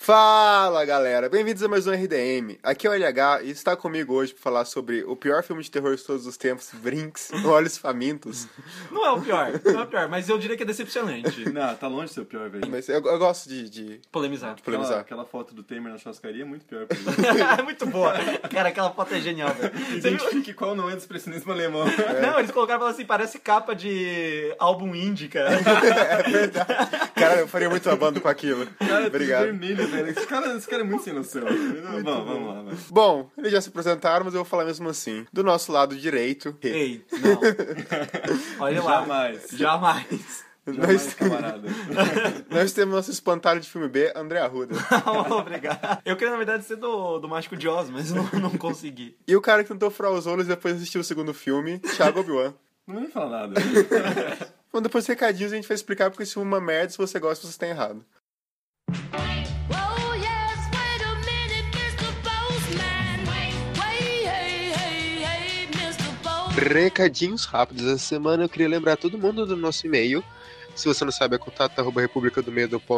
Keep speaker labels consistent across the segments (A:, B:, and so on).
A: Fala galera, bem-vindos a mais um RDM. Aqui é o LH e está comigo hoje para falar sobre o pior filme de terror de todos os tempos, Brinks, Olhos Famintos.
B: Não é o pior, não é o pior, mas eu diria que é decepcionante.
C: Não, tá longe de ser o pior, velho.
A: Mas eu, eu gosto de, de
B: Polemizar.
A: polemizar.
C: Aquela, aquela foto do Temer na churrascaria é muito pior. pra mim.
B: é muito boa. Cara, aquela foto é genial, velho. Você viu?
C: Identifique qual não é do expressionismo alemão.
B: Não, eles colocaram e falaram assim, parece capa de álbum indie, cara.
A: Cara, eu faria muito uma banda com aquilo.
C: Cara, é tudo
A: Obrigado.
C: vermelho, velho. Esse cara, esse cara é muito sem noção. Não, bom, vamos lá, velho.
A: Bom, eles já se apresentaram, mas eu vou falar mesmo assim. Do nosso lado direito,
B: Ei, não. Olha lá.
C: Jamais.
B: Jamais.
A: nós,
C: Jamais, tá camarada.
A: nós temos nosso espantalho de filme B, André Arruda.
B: Obrigado. Eu queria, na verdade, ser do, do Mágico de Oz, mas não, não consegui.
A: E o cara que tentou furar os olhos depois assistiu o segundo filme, Thiago Obi-Wan.
C: Não vou nem falar nada.
A: Bom, depois dos recadinhos a gente vai explicar porque esse filme é uma merda, se você gosta, você está errado.
D: Oh yes, wait a minute, Mr. Postman. Wait, wait, hey, hey, hey, Mr. Postman.
A: Recadinhos rápidos. Essa semana eu queria lembrar todo mundo do nosso e-mail. Se você não sabe, é contato arroba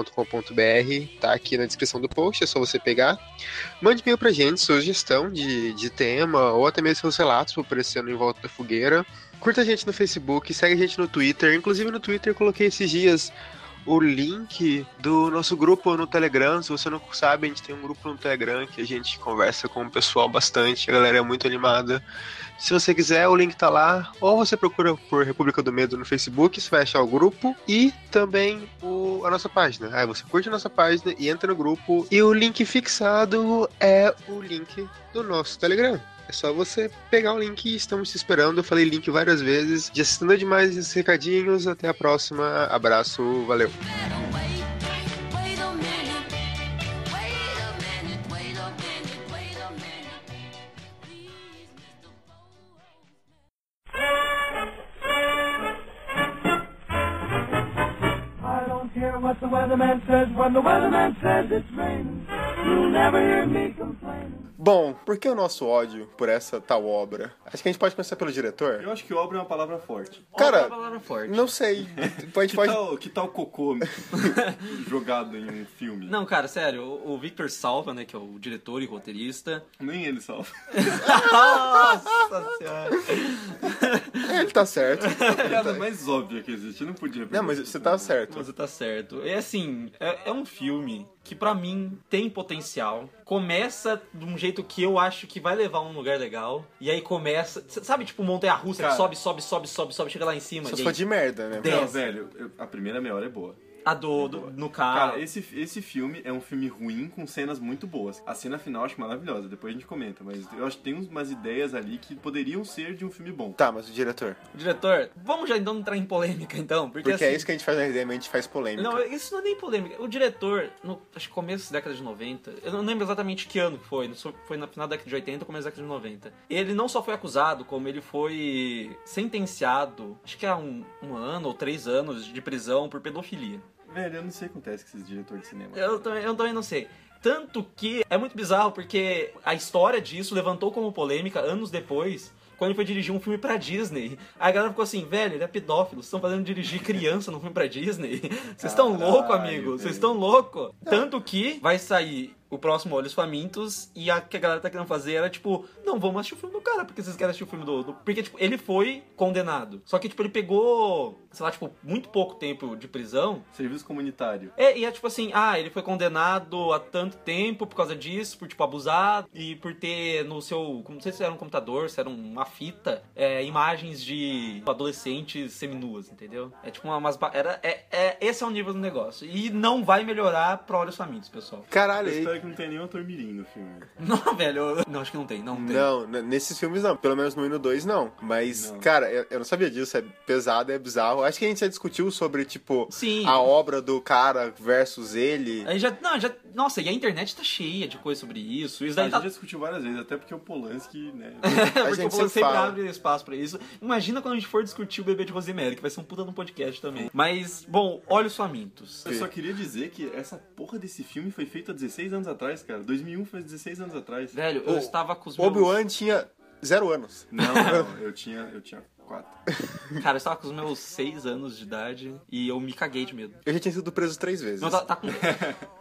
A: republicadomedo.com.br. Tá aqui na descrição do post, é só você pegar. Mande e-mail pra gente, sugestão de, de tema, ou até mesmo seus relatos por esse ano em volta da fogueira. Curta a gente no Facebook, segue a gente no Twitter. Inclusive no Twitter eu coloquei esses dias o link do nosso grupo no Telegram. Se você não sabe, a gente tem um grupo no Telegram que a gente conversa com o pessoal bastante. A galera é muito animada. Se você quiser, o link tá lá. Ou você procura por República do Medo no Facebook, você vai achar o grupo. E também o- a nossa página. Aí você curte a nossa página e entra no grupo. E o link fixado é o link do nosso Telegram. É só você pegar o link, estamos te esperando. Eu falei link várias vezes. Já se demais esses recadinhos. Até a próxima. Abraço, valeu.
D: Better wait, wait a minute. Wait a minute, wait a minute, wait a minute. Please, Mr. Postman.
E: I don't care what the weatherman says when the weatherman says it's raining. You'll never hear me complaining.
A: Bom, por que o nosso ódio por essa tal obra? Acho que a gente pode começar pelo diretor.
C: Eu acho que obra é uma palavra forte.
A: Cara,
B: Outra palavra forte.
A: Não sei. Tipo,
C: Que tal, que tal cocô jogado em um filme?
B: Não, cara, sério, o o Victor Salva, né, que é o diretor e roteirista.
C: Nem ele salva.
B: Nossa senhora. Então-
A: Ele tá certo.
C: É a piada mais óbvia que existe. Eu não podia.
A: Não, mas você tá certo.
B: Você tá certo. É assim, é, é um filme que pra mim tem potencial. Começa de um jeito que eu acho que vai levar a um lugar legal. E aí começa. s- Sabe, tipo, montanha russa que
C: Cara.
B: sobe, sobe, sobe, sobe, sobe, chega lá em cima.
A: Só
B: E
A: se for
B: aí,
A: de merda, né?
B: Tem.
C: Não,
B: Desce.
C: velho, eu- a primeira meia hora é boa.
B: a do, do- no carro.
C: Cara, esse, esse filme é um filme ruim com cenas muito boas. A cena final eu acho maravilhosa, depois a gente comenta, mas eu acho que tem uns- umas ideias ali que poderiam ser de um filme bom.
A: Tá, mas o diretor.
B: Diretor, vamos já então entrar em polêmica então. Porque,
A: Porque é
B: assim,
A: isso que a gente faz na RDM, a gente faz polêmica.
B: Não, isso não é nem polêmica. O diretor, no acho que começo da década de 90, eu não lembro exatamente que ano que foi, não sou- foi na final da década de 80 ou começo da década de 90. Ele não só foi acusado, como ele foi sentenciado, acho que há um, um ano ou três anos de prisão por pedofilia.
C: Velho, eu não sei o que acontece com esses diretores de cinema.
B: Eu também, eu também não sei. Tanto que é muito bizarro, porque a história disso levantou como polêmica anos depois. Quando ele foi dirigir um filme pra Disney, a galera ficou assim, velho, ele é pedófilo, vocês estão fazendo dirigir criança num filme pra Disney? Vocês estão
C: Caralho,
B: louco, amigo, vocês
C: velho.
B: estão louco. Tanto que vai sair o próximo Olhos Famintos e a que a galera tá querendo fazer era tipo, não, vamos assistir o filme do cara, porque vocês querem assistir o filme do, do- Porque, tipo, ele foi condenado. Só que, tipo, ele pegou, sei lá, tipo, muito pouco tempo de prisão
C: Serviço comunitário.
B: é, e é tipo assim, ah, ele foi condenado a tanto tempo por causa disso, por tipo abusar e por ter no seu, não sei se era um computador, se era uma fita, é, imagens de adolescentes seminuas, entendeu? É tipo uma- umas, ba- era, é, é- esse é o nível do negócio e não vai melhorar pra olhos famintos, pessoal.
A: Caralho,
C: Eu
A: e-
C: espero que não tenha nenhum ator mirim no filme.
B: Não, velho, eu- não acho que não tem, não tem.
A: Não, n- nesses filmes não. Pelo menos no 1 e no 2 não. Mas,
C: Não.
A: cara, eu, eu não sabia disso. É pesado, é bizarro. Acho que a gente já discutiu sobre, tipo,
B: Sim. É,
A: a obra do cara versus ele.
B: Aí já, não, já, nossa, e a internet tá cheia de coisa sobre isso. Isso
C: A
B: daí
C: gente
B: tá
C: já discutiu várias vezes, até porque o Polanski, né?
B: É, porque
A: gente
B: o Bolan
A: sempre
B: sempre
A: fala.
B: abre espaço pra isso. Imagina quando a gente for discutir o bebê de Rosemary, que vai ser um puta no podcast também. Mas, bom, olhos famintos.
C: Eu só queria dizer que essa porra desse filme foi feita há 16 anos atrás, cara. 2001 faz 16 anos atrás.
B: Velho, eu
A: O-
B: estava com os meus...
A: Obi-Wan tinha zero anos.
C: Não, não, eu tinha, eu tinha quatro.
B: Cara, eu estava com os meus seis anos de idade e eu me caguei de medo.
F: Eu já tinha sido preso três vezes.
B: Não, tá, tá com.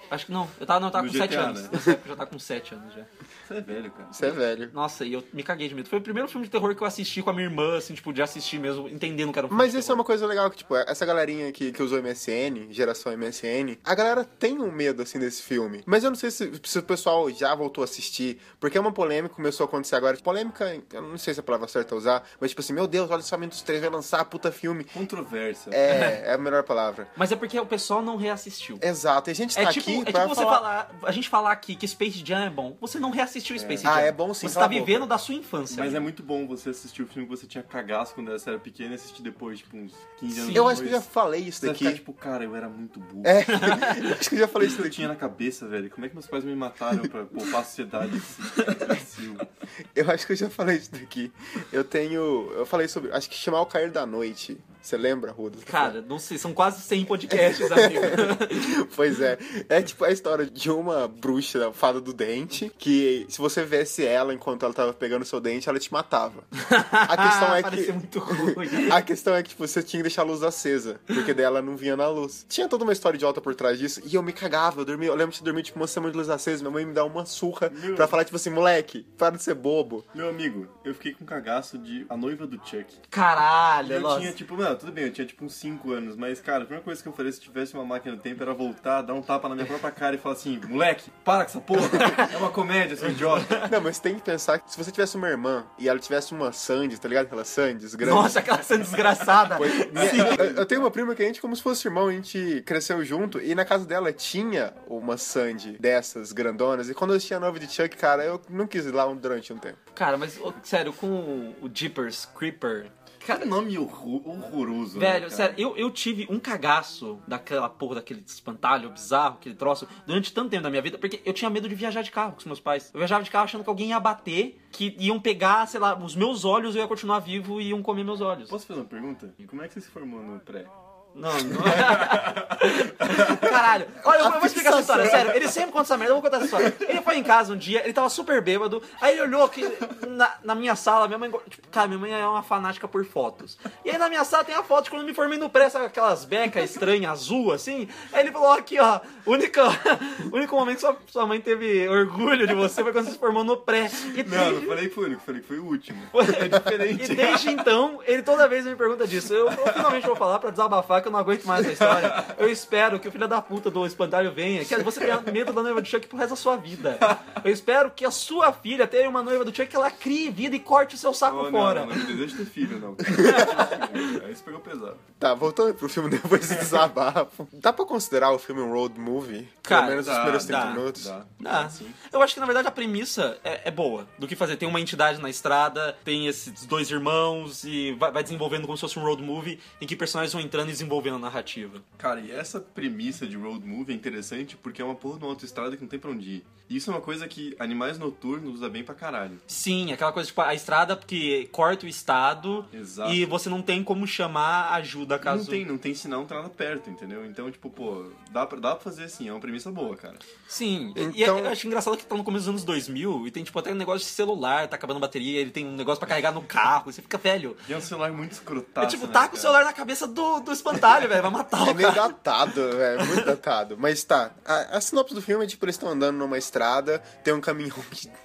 B: Acho que não. Eu tava, não, eu tava
C: No
B: com sete
C: GTA,
B: anos.
C: né?
B: Nessa época eu já tava com sete anos já.
C: Você é velho, cara.
F: Você é velho.
B: Nossa, e eu me caguei de medo. Foi o primeiro filme de terror que eu assisti com a minha irmã, assim, tipo, de assistir mesmo, entendendo que era um filme.
F: Mas
B: de
F: isso é
B: terror.
F: uma coisa legal, que, tipo, essa galerinha que, que usou MSN, geração MSN, a galera tem um medo, assim, desse filme. Mas eu não sei se, se o pessoal já voltou a assistir, porque é uma polêmica que começou a acontecer agora. Polêmica, eu não sei se é a palavra certa a usar, mas tipo assim, meu Deus, olha só, Mentos 3 vai lançar, puta filme.
C: Controvérsia.
F: É, é a melhor palavra.
B: Mas é porque o pessoal não reassistiu.
F: Exato, e a gente tá
B: É tipo,
F: aqui
B: é
F: pra
B: tipo você
F: falar...
B: falar. A gente falar aqui que Space Jam é bom. Você não reassistiu Space Jam.
F: Ah, é bom sim,
B: Você
F: cala
B: tá
F: a boca.
B: vivendo da sua infância.
C: Mas é muito bom você assistir o filme que você tinha cagaço quando você era pequeno e assistir depois, tipo, uns 15 anos
F: Eu acho que eu já
C: depois.
F: falei isso
C: Você vai ficar
F: daqui.
C: tipo, cara, eu era muito burro.
F: É, acho que eu já falei isso
C: Eu
F: daqui.
C: tinha na cabeça, velho. Como é que meus pais me mataram pra poupar a sociedade desse imbecil?
B: né?
F: Eu acho que eu já falei isso daqui. Eu tenho. Eu falei sobre. Acho que chamar o cair da noite. Você lembra, Rudas?
B: Cara, não sei, são quase 100 podcasts,
F: É.
B: amigo.
F: Pois é. É tipo a história de uma bruxa, fada do dente, que se você vesse ela enquanto ela tava pegando seu dente, ela te matava. A questão é
B: Ah, Parecia
F: que.
B: muito ruim.
F: A questão é que tipo, você tinha que deixar a luz acesa, porque dela não vinha na luz. Tinha toda uma história idiota por trás disso, e eu me cagava, eu dormia, eu lembro de dormir tipo uma semana de luz acesa, minha mãe me dá uma surra
C: Meu.
F: pra falar tipo assim, moleque, para de ser bobo.
C: Meu amigo, eu fiquei com um cagaço de A Noiva do Chuck.
B: Caralho,
C: Eu
B: nossa.
C: tinha, tipo, não, tudo bem, eu tinha, tipo, uns 5 anos, mas, cara, a primeira coisa que eu faria se tivesse uma máquina do tempo era voltar, dar um tapa na minha própria cara e falar assim, moleque, para com essa porra, é uma comédia, seu idiota.
F: Não, mas tem que pensar que se você tivesse uma irmã e ela tivesse uma Sandy, tá ligado? Aquela Sandy grande.
B: Nossa, aquela cena desgraçada.
F: Eu, eu tenho uma prima que a gente, como se fosse irmão, a gente cresceu junto e na casa dela tinha uma Sandy dessas grandonas. E quando eu tinha a nova de Chuck, cara, eu não quis ir lá durante um tempo.
B: Cara, mas ô, sério, com o Jeepers Creeper.
C: Cara, um nome horro- horroroso. né,
B: Velho,
C: cara?
B: sério, eu, eu tive um cagaço daquela porra, daquele espantalho bizarro, aquele troço, durante tanto tempo da minha vida, porque eu tinha medo de viajar de carro com os meus pais. Eu viajava de carro achando que alguém ia bater, que iam pegar, sei lá, os meus olhos, eu ia continuar vivo e iam comer meus olhos.
C: Posso fazer uma pergunta? Como é que você se formou no pré?
B: Não, não. Caralho. Olha, eu vou explicar essa história, sério. Ele sempre conta essa merda, eu vou contar essa história. Ele foi em casa um dia, ele tava super bêbado, aí ele olhou que na, na minha sala, minha mãe. go- Tipo, cara, minha mãe é uma fanática por fotos. E aí na minha sala tem a foto de quando eu me formei no pré, sabe aquelas becas estranhas, azul, assim. Aí ele falou aqui, ó, única, o único momento que sua, sua mãe teve orgulho de você foi quando você se formou no pré. E
C: Não, não
B: desde-
C: falei que foi o único, falei que foi o último.
B: é e desde então, ele toda vez me pergunta disso. Eu, eu finalmente vou falar pra desabafar que eu não aguento mais essa história. Eu espero que o filho da puta do espantalho venha, que você tenha medo da noiva do Chuck pro resto da sua vida. Eu espero que a sua filha tenha uma noiva do Chuck que ela crie vida e corte o seu saco
C: Oh, não,
B: fora.
C: não, não, não deixa ter filho, não. cara. Aí você pegou pesado.
F: Tá, voltando pro filme depois desse desabafo. Dá pra considerar o filme um road movie?
B: Cara,
F: Pelo menos os
B: dá,
F: primeiros
B: dá,
F: 30 minutos.
C: Dá.
B: Ah, eu acho que na verdade a premissa é, é boa. Do que fazer? Tem uma entidade na estrada, tem esses dois irmãos e vai, vai desenvolvendo como se fosse um road movie em que personagens vão entrando e desenvolvendo a narrativa.
C: Cara, e essa premissa de road movie é interessante porque é uma porra de uma autoestrada que não tem pra onde ir. E isso é uma coisa que animais noturnos usa bem pra caralho.
B: Sim, aquela coisa tipo a estrada que corta o estado
C: Exato.
B: e você não tem como chamar ajuda caso.
C: Não tem, não tem sinal, não tem nada perto, entendeu? Então, tipo, pô, dá pra, dá pra fazer assim, é uma premissa boa, cara.
B: Sim, e- e
F: Então-
B: eu acho engraçado que tá no começo dos anos 2000 e tem tipo até um negócio de celular, tá acabando a bateria, ele tem um negócio pra carregar no carro, e você fica velho.
C: E é um celular muito
B: É
C: escrotaço.
B: tipo,
C: né,
B: taca o
C: cara?
B: celular na cabeça do, do espantalho, velho, vai matar
F: É
B: o
F: meio
B: cara.
F: datado, velho, muito datado. Mas tá, a, a sinopse do filme é tipo, eles estão andando numa estrada, tem um caminhão que...
B: Tá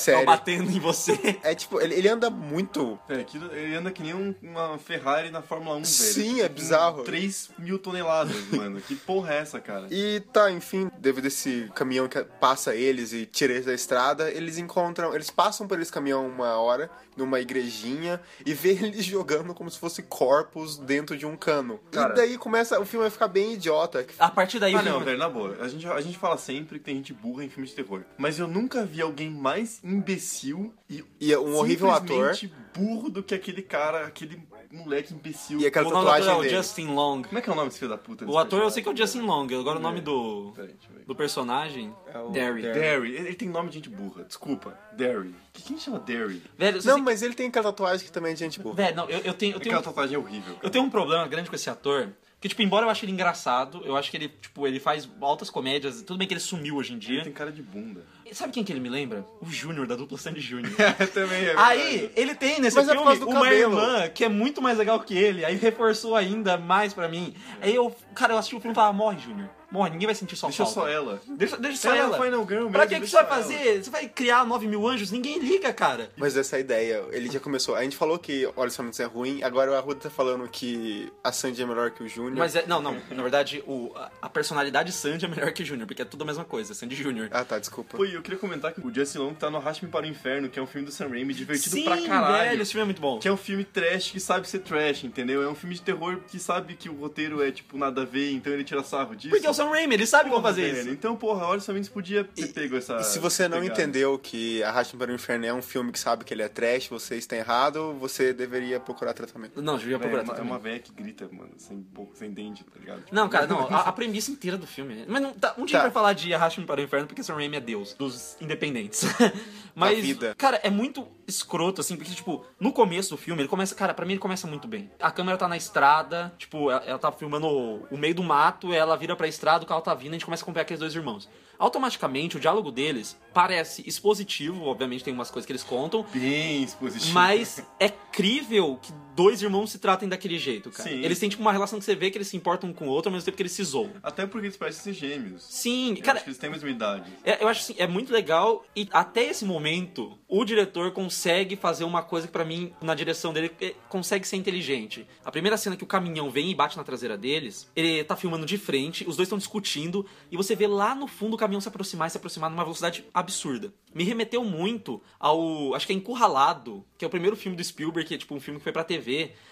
F: Sério.
B: batendo em você.
F: É tipo, ele, ele anda muito.
C: É, aquilo, ele anda que nem um- uma Ferrari na Fórmula 1, velho. Tipo,
F: Sim, é
C: Com
F: bizarro.
C: 3 mil toneladas, mano. Que porra é essa, cara?
F: E tá, enfim, devido a esse caminhão que passa eles e tira eles da estrada, eles encontram, eles passam por esse caminhão uma hora, numa igrejinha, e vê eles jogando como se fossem corpos dentro de um cano.
C: Cara.
F: E daí começa, o filme vai ficar bem idiota.
B: A partir daí,
C: Ah,
B: o
C: não,
B: filme-
C: velho, na boa. A gente, a gente fala sempre que tem gente burra em filmes de terror. Mas eu nunca vi alguém mais imbecil e,
F: E é um horrível ator.
C: simplesmente burro do que aquele cara, aquele moleque imbecil.
F: E aquela
B: o nome do ator é
F: tatuagem
B: o
F: dele.
B: Justin Long.
C: Como é que é o nome desse filho da puta?
B: O ator eu sei que é o Justin Long, agora o nome do,
C: Peraí, deixa eu ver.
B: do personagem
F: É
B: Derry.
C: É. Derry. Ele ele tem nome de gente burra. Desculpa. Derry. Que- Quem chama Derry?
B: Velho, você
F: Não,
B: sei-
F: mas ele tem aquela tatuagem que também é de gente burra.
B: velho, não, eu, eu tenho. um- Eu tenho
C: Aquela tatuagem é horrível.
B: Eu
C: cara.
B: tenho um problema grande com esse ator, Que, tipo, embora eu ache ele engraçado, eu acho que ele, tipo, ele faz altas comédias. Tudo bem que ele sumiu hoje em
C: Ele
B: dia.
C: tem cara de bunda.
B: E sabe quem que ele me lembra? O Júnior, da dupla Sandy Júnior.
C: Também é.
B: Aí, ele tem nesse
F: Mas é por
B: filme
F: causa do
B: uma
F: cabelo.
B: irmã que é muito mais legal que ele, aí reforçou ainda mais pra mim. Aí eu, cara, eu assisti o filme e falava, morre, Júnior. Morre, ninguém vai sentir só
C: É. Deixa
B: falta.
C: só ela.
B: Deixa, deixa só
C: Ela
B: ela.
C: é o Final Girl
B: pra
C: mesmo,
B: que, que
C: deixa
B: você vai
C: só ela.
B: fazer? Você vai criar 9 mil anjos? Ninguém liga, cara.
F: Mas essa é ideia, ele já começou. A gente falou que Olha Só é ruim, agora o Arruda tá falando que a Sandy é melhor que o Júnior.
B: Mas é, não, não. Na verdade, o, a, a personalidade Sandy é melhor que Júnior, porque é tudo a mesma coisa, Sandy Júnior.
F: Ah, tá, desculpa.
C: Pô, e eu queria comentar que o Jesse Long tá no Arraste-me para o Inferno, que é um filme do Sam Raimi divertido
B: Sim,
C: pra caralho.
B: velho, esse filme é muito bom.
C: Que é um filme trash que sabe ser trash, entendeu? É um filme de terror que sabe que o roteiro é, tipo, nada a ver, então ele tira sarro disso.
B: Porque é o Sam Raimi, ele sabe como
C: Porra,
B: fazer
C: velho.
B: isso.
C: Então, porra, olha, somente podia ter pego essa.
F: E se você não
C: pegada.
F: entendeu que Arraste para o Inferno é um filme que sabe que ele é trash, você está errado, você deveria procurar tratamento.
B: Não, devia
C: Velho, É
B: procurar
C: uma, é
B: também.
C: uma véia que grita, mano, sem, boca, sem dente, tá ligado? Tipo,
B: Não, cara, não. A, a premissa inteira do filme. Mas não, tá, um dia
F: Tá.
B: a gente vai falar de Arraste-me para o Inferno, porque Sam Raimi é Deus dos independentes. Mas,
F: Da vida.
B: cara, é muito escroto, assim, porque, tipo, no começo do filme, ele começa... Cara, pra mim ele começa muito bem. A câmera tá na estrada, tipo, ela, ela tá filmando o, o meio do mato, ela vira pra estrada, o carro tá vindo, a gente começa a acompanhar aqueles dois irmãos. Automaticamente, o diálogo deles parece expositivo, obviamente tem umas coisas que eles contam,
C: Bem expositivo.
B: mas é crível que dois irmãos se tratem daquele jeito, cara.
C: Sim.
B: Eles têm, tipo, uma relação que você vê que eles se importam um com o outro, ao mesmo tempo que eles se zoam.
C: Até porque eles parecem ser gêmeos.
B: Sim,
C: Eu
B: cara,
C: acho que eles têm a mesma idade.
B: é- eu acho assim, é muito legal e até esse momento o diretor consegue fazer uma coisa que pra mim, na direção dele, é- consegue ser inteligente. A primeira cena que o caminhão vem e bate na traseira deles, ele tá filmando de frente, os dois estão discutindo e você vê lá no fundo o caminhão se aproximar e se aproximar numa velocidade absurda. Me remeteu muito ao, acho que é Encurralado, que é o primeiro filme do Spielberg, que é tipo um filme que foi pra TV,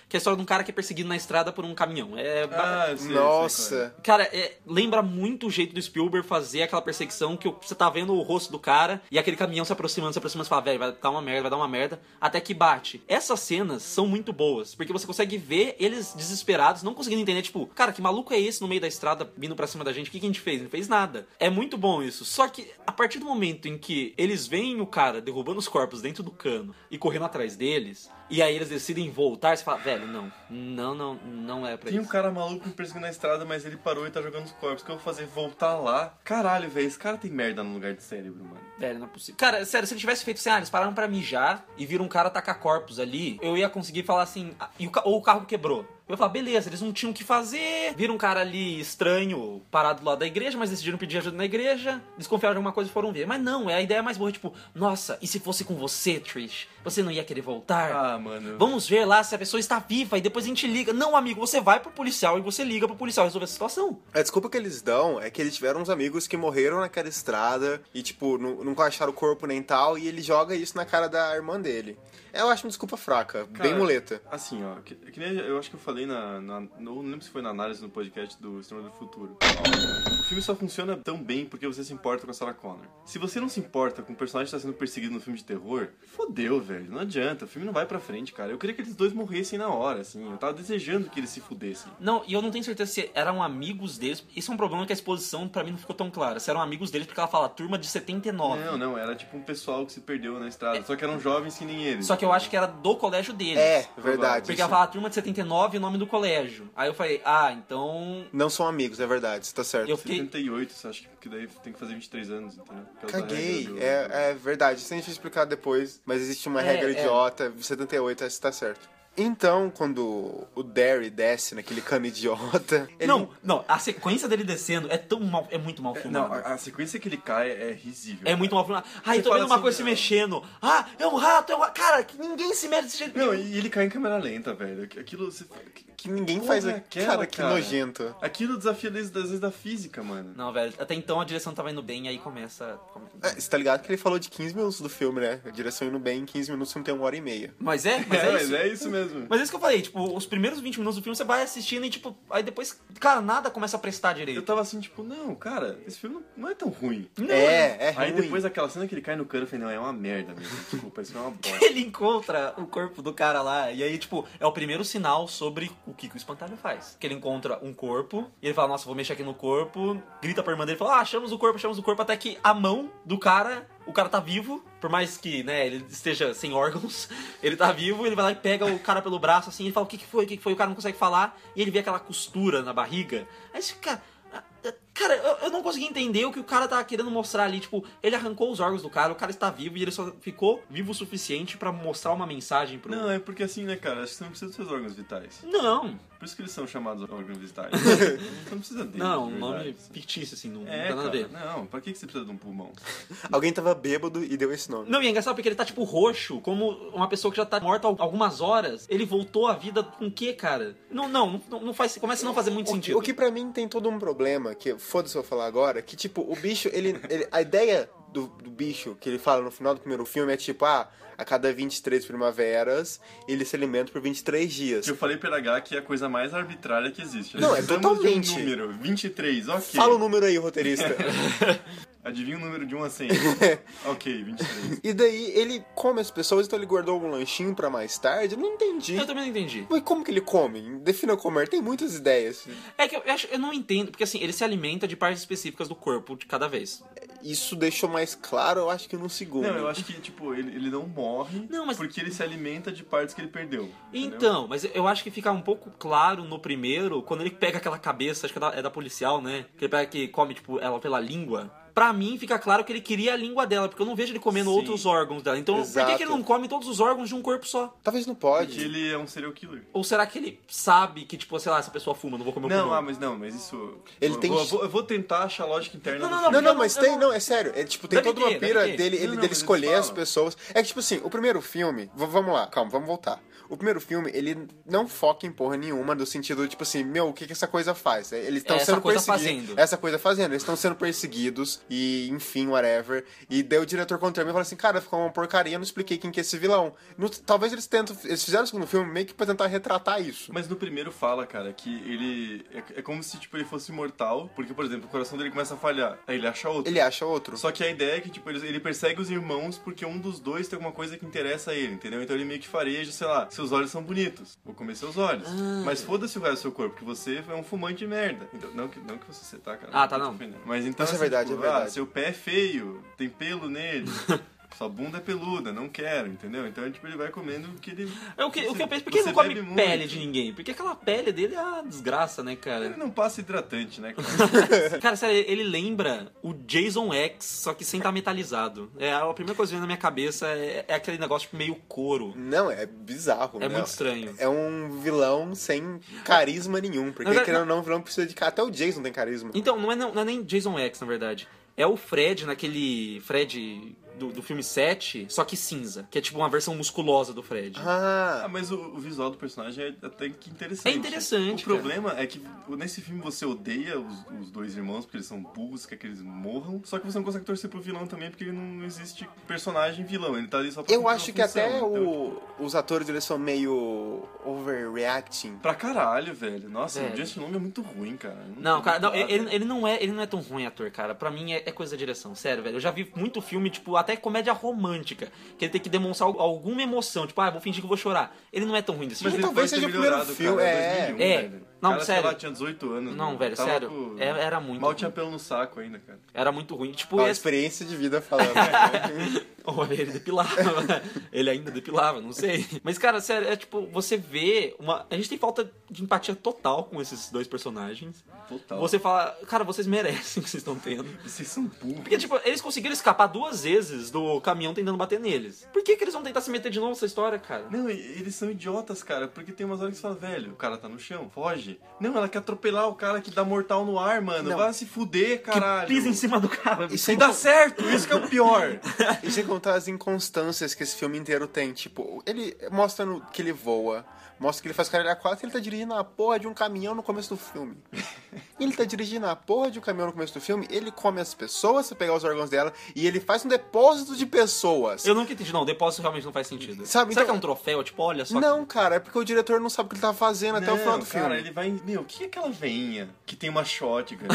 B: que é a história de um cara que é perseguido na estrada por um caminhão. É
C: Ah, eu sei, eu sei, claro.
F: Nossa!
B: Cara, é- lembra muito o jeito do Spielberg fazer aquela perseguição que o- você tá vendo o rosto do cara e aquele caminhão se aproximando, se aproximando, você fala, velho, vai dar uma merda, vai dar uma merda, até que bate. Essas cenas são muito boas, porque você consegue ver eles desesperados, não conseguindo entender, tipo, cara, que maluco é esse no meio da estrada vindo pra cima da gente? O que, que a gente fez? Não fez nada. É muito bom isso. Só que a partir do momento em que eles veem o cara derrubando os corpos dentro do cano e correndo atrás deles, e aí eles decidem voltar, você fala, velho, não, não, não, não é pra
C: Tem um
B: isso.
C: cara maluco me perseguindo na estrada, mas ele parou e tá jogando os corpos. O que eu vou fazer? Voltar lá? Caralho, velho, esse cara tem merda no lugar de cérebro, mano.
B: Velho, não é possível. Cara, sério, se ele tivesse feito assim, ah, eles pararam pra mijar e viram um cara tacar corpos ali, eu ia conseguir falar assim, ah, e o ca- ou o carro quebrou. Eu ia falar, beleza, eles não tinham o que fazer, viram um cara ali estranho, parado do lado da igreja, mas decidiram pedir ajuda na igreja, desconfiaram de alguma coisa e foram ver. Mas não, é a ideia mais boa, tipo, nossa, e se fosse com você, Trish? Você não ia querer voltar?
C: Ah, mano.
B: Vamos ver lá se a pessoa está viva e depois a gente liga. Não, amigo, você vai pro policial e você liga pro policial resolver a situação.
F: A desculpa que eles dão é que eles tiveram uns amigos que morreram naquela estrada e, tipo, nu- nunca acharam o corpo nem tal, e ele joga isso na cara da irmã dele. Eu acho uma desculpa fraca, bem
C: Cara,
F: muleta.
C: Assim, ó, que, que nem eu acho que eu falei na, na. Não lembro se foi na análise no podcast do Exterminador do Futuro. O filme só funciona tão bem porque você se importa com a Sarah Connor. Se você não se importa com o personagem que tá sendo perseguido no filme de terror, fodeu, velho. Não adianta, o filme não vai pra frente, cara. Eu queria que eles dois morressem na hora, assim. Eu tava desejando que eles se fudessem.
B: Não, e eu não tenho certeza se eram amigos deles. Isso é um problema que a exposição pra mim não ficou tão clara. Se eram amigos deles, porque ela fala turma de 79.
C: Não, não, era tipo um pessoal que se perdeu na estrada. Só que eram jovens que nem eles.
B: Só que eu acho que era do colégio deles.
F: É, verdade.
B: Porque ela fala turma de 79 e o nome do colégio. Aí eu falei, ah, então.
F: Não são amigos, é verdade, você tá certo.
B: Eu fiquei.
C: 78, você acha que- que daí tem que fazer 23 anos, entendeu? Por causa da
F: Caguei,
C: regra do-
F: é, é verdade. Isso a gente vai explicar depois, mas existe uma
B: É,
F: regra
B: é.
F: idiota, 78, essa tá certo. Então, quando o Derry desce naquele cano idiota. ele-
B: Não, não, a sequência dele descendo é tão mal. É muito mal filmado.
C: Não, a, a sequência que ele cai é risível.
B: É muito mal filmado. Ai,
C: Você
B: tô
C: fala
B: vendo uma
C: assim,
B: coisa se
C: não.
B: mexendo. Ah, é um rato, é um. ra- Cara, que ninguém se mexe desse jeito.
C: Não, e ele cai em câmera lenta, velho. Aquilo. Você... que-
F: Que ninguém
C: porra
F: faz
C: é
F: a-
C: aquela,
F: cara, que
C: cara?
F: nojento.
C: Aquilo desafia desde das vezes da física, mano.
B: Não, velho, até então a direção tava indo bem, aí começa.
F: É, você tá ligado que ele falou de 15 minutos do filme, né? A direção indo bem, em 15 minutos não tem uma hora e meia.
B: Mas é, mas
C: é,
B: é,
C: mas
B: isso.
C: é isso mesmo.
B: Mas é isso que eu falei, tipo, os primeiros 20 minutos do filme você vai assistindo e, tipo, aí depois, cara, nada começa a prestar
C: Eu
B: direito.
C: tava assim, tipo, não, cara, esse filme não, não é tão ruim.
F: É, é ruim.
C: Aí depois daquela cena que ele cai no cano, eu falei, não, é uma merda mesmo. Desculpa, isso é uma bosta.
B: Ele encontra o corpo do cara lá, e aí, tipo, é o primeiro sinal sobre o o que, que o espantalho faz. Que ele encontra um corpo, e ele fala, nossa, vou mexer aqui no corpo, grita pra irmã dele, fala, ah, achamos o corpo, achamos o corpo, até que a mão do cara, o cara tá vivo, por mais que, né, ele esteja sem órgãos, ele tá vivo, ele vai lá e pega o cara pelo braço, assim, ele fala, o que, que foi, o que, que foi, o cara não consegue falar, e ele vê aquela costura na barriga, aí você fica... "Ah, ah, Cara, eu, eu não consegui entender o que o cara tá querendo mostrar ali. Tipo, ele arrancou os órgãos do cara, o cara está vivo e ele só ficou vivo o suficiente pra mostrar uma mensagem pro.
C: Não, é porque assim, né, cara? Acho que você não precisa dos seus órgãos vitais.
B: Não,
C: Por isso que eles são chamados órgãos vitais. você não precisa deles.
B: não,
C: de
B: um
C: verdade,
B: nome
C: assim.
B: fictício, assim, não,
C: É,
B: não tem nada a
C: cara,
B: ver.
C: não, pra que que você precisa de um pulmão?
F: Alguém tava bêbado e deu esse nome.
B: Não, e é engraçado porque ele tá, tipo, roxo, como uma pessoa que já tá morta há algumas horas. Ele voltou à vida com o quê, cara? Não, não, não, não faz. Começa a não fazer muito
F: O que,
B: sentido.
F: o que pra mim tem todo um problema, que foda-se eu falar agora, que tipo, o bicho, ele. ele- a ideia do, do bicho que ele fala no final do primeiro filme é tipo, ah, a cada 23 primaveras, ele se alimenta por 23 dias.
C: Eu falei pela H que é a coisa mais arbitrária que existe.
F: Não, é
C: Precisamos de
F: totalmente.
C: Um número, 23, ok.
F: Fala o número aí, roteirista.
C: Adivinha o número de 1 a 100. ok, 23.
F: e daí ele come as pessoas, então ele guardou algum lanchinho pra mais tarde. Eu não entendi.
B: Eu também não entendi.
F: Mas como que ele come? Defina comer, tem muitas ideias.
B: É que eu, eu acho, eu não entendo, porque assim, ele se alimenta de partes específicas do corpo de cada vez.
F: Isso deixou mais claro, eu acho que no segundo.
C: Não, eu acho que, tipo, ele, ele não morre
B: Não, mas-
C: porque ele se alimenta de partes que ele perdeu. entendeu?
B: Então, mas eu acho que fica um pouco claro no primeiro, quando ele pega aquela cabeça, acho que é da, é da policial, né? Que ele pega que come, tipo, ela pela língua. Pra mim, fica claro que ele queria a língua dela, porque eu não vejo ele comendo
C: Sim.
B: outros órgãos dela. Então, por que
F: Exato.
B: que ele não come todos os órgãos de um corpo só?
F: Talvez não
C: Porque
F: pode.
C: ele é um serial killer.
B: Ou será que ele sabe que, tipo, sei lá, essa pessoa fuma, não vou comer o
C: Não,
B: pulmão?
C: ah, mas não, mas isso.
F: Ele
C: eu,
F: tem-
C: vou, eu vou- eu vou tentar achar a lógica interna
B: Não,
C: do
B: não,
C: filme.
B: não,
F: Não, não,
B: eu
F: mas
B: eu
F: tem,
B: não-
F: não, é sério. É tipo, tem
B: Deve
F: toda uma
B: ter, deve
F: pira
B: ter.
F: dele,
C: Não,
F: ele,
C: não,
F: dele
C: mas
F: escolher
C: eles
F: as
C: falam.
F: pessoas. É que, tipo assim, o primeiro filme. v- vamos lá, calma, vamos voltar. O primeiro filme, ele não foca em porra nenhuma, no sentido, tipo assim, meu, o que, que essa coisa faz? É, Eles estão
B: Essa
F: sendo
B: coisa
F: perseguidos.
B: fazendo.
F: Essa coisa fazendo, eles estão sendo perseguidos, e enfim, whatever. E daí o diretor contra mim e fala assim, cara, ficou uma porcaria, eu não expliquei quem que é esse vilão. No- talvez eles tentam. Eles fizeram o segundo filme meio que pra tentar retratar isso.
C: Mas no primeiro fala, cara, que ele. É, é como se tipo, ele fosse imortal, porque, por exemplo, o coração dele começa a falhar. Aí ele acha outro.
F: Ele acha outro.
C: Só que a ideia é que, tipo, ele, ele persegue os irmãos porque um dos dois tem alguma coisa que interessa a ele, entendeu? Então ele meio que fareja, sei lá, seus olhos são bonitos, vou comer seus olhos.
B: Ah.
C: Mas foda-se o resto do seu corpo, que você é um fumante de merda. Então, não, que, não que você se- tá, cara.
B: Ah, tá,
C: tô te
B: não.
C: ofendendo. Mas então.
F: Mas é
C: assim,
F: verdade,
C: tipo,
F: é verdade.
C: Ah, seu pé é feio, tem pelo nele. Sua bunda é peluda, não quero, entendeu? Então, tipo, ele vai comendo o que ele.
B: É o que, o que eu penso, por que
C: Você
B: ele não come
C: bebe muito.
B: pele de ninguém? Porque aquela pele dele é uma desgraça, né,
C: Ele
B: cara?
C: não passa hidratante, né, cara?
B: cara, sério, ele lembra o Jason X, só que sem estar metalizado. É, a primeira coisa que vem na minha cabeça é, é aquele negócio tipo, meio couro.
F: Não, é bizarro.
B: É
F: né?
B: muito estranho.
F: É um vilão sem carisma nenhum. Porque,
B: Na verdade,
F: querendo ou não, o vilão precisa de. ca- Até o Jason tem carisma.
B: Então, não é, não, não é nem Jason X, na verdade. É o Fred naquele. Fred do, do filme 7, só que cinza. Que é tipo uma versão musculosa do Fred.
C: Ah,
F: Ah,
C: mas o, o visual do personagem é até que interessante.
B: É interessante,
C: O
B: cara.
C: problema é que nesse filme você odeia os, os dois irmãos porque eles são burros, quer que eles morram. Só que você não consegue torcer pro vilão também porque ele não existe personagem vilão. Ele tá ali só pra
F: eu
C: cumprir
F: acho
C: uma
F: que
C: função,
F: até
C: então, tipo,
F: o- os atores eles são meio overreacting.
C: Pra caralho, velho. Nossa,
B: Velho.
C: o Justin Long é muito ruim, cara.
B: Não,
C: tem
B: cara, não,
C: muito lado.
B: ele, ele não é, ele não é tão ruim ator, cara. Pra mim é, é coisa da direção, sério, velho. Eu já vi muito filme, tipo, até comédia romântica, que ele tem que demonstrar al- alguma emoção, tipo, ah, vou fingir que eu vou chorar. Ele não é tão ruim desse
C: Mas
B: jeito.
C: ele
F: talvez
C: pode
F: seja
C: ter
F: o primeiro
C: melhorado,
F: filme,
C: Cara,
F: é.
C: 2001,
B: É.
C: velho.
B: Não,
C: cara, sei
B: sério.
C: lá, tinha 18 anos.
B: Não,
C: né?
B: velho,
C: Tava
B: sério.
C: com-
B: Era- era muito
C: Mal
B: ruim.
C: tinha pelo no saco ainda, cara.
B: Era muito ruim. Tipo,
F: Ó,
B: esse-
F: experiência de vida falando. né?
B: Olha, ele depilava. ele ainda depilava, não sei. Mas, cara, sério, é tipo, você vê uma. A gente tem falta de empatia total com esses dois personagens.
C: Total.
B: Você fala, cara, vocês merecem o que vocês estão tendo.
C: Vocês são burros.
B: Porque, tipo, eles conseguiram escapar duas vezes do caminhão tentando bater neles. Por que, que eles vão tentar se meter de novo nessa história, cara?
C: Não, e- eles são idiotas, cara, porque tem umas horas que você fala, velho, o cara tá no chão, foge. Não, ela quer atropelar o cara que dá mortal no ar, mano.
F: Não.
C: Vai se fuder, caralho.
B: Pisa em cima do carro.
F: E sem,
C: Dá certo, isso que é o pior.
F: e sem contar as inconstâncias que esse filme inteiro tem. Tipo, ele mostra no- que ele voa, mostra que ele faz caralho a quatro e ele tá dirigindo a porra de um caminhão no começo do filme. Ele tá dirigindo a porra de um caminhão no começo do filme, ele come as pessoas pra pegar os órgãos dela e ele faz um depósito de pessoas.
B: Eu nunca entendi, não. Depósito realmente não faz sentido.
F: Sabe, então-
B: Será que é um troféu? Tipo, olha só.
F: Não, cara, é porque o diretor não sabe o que ele tá fazendo até o final do
C: cara,
F: filme.
C: ele vai. Meu, o que é aquela veinha que tem uma shotgun?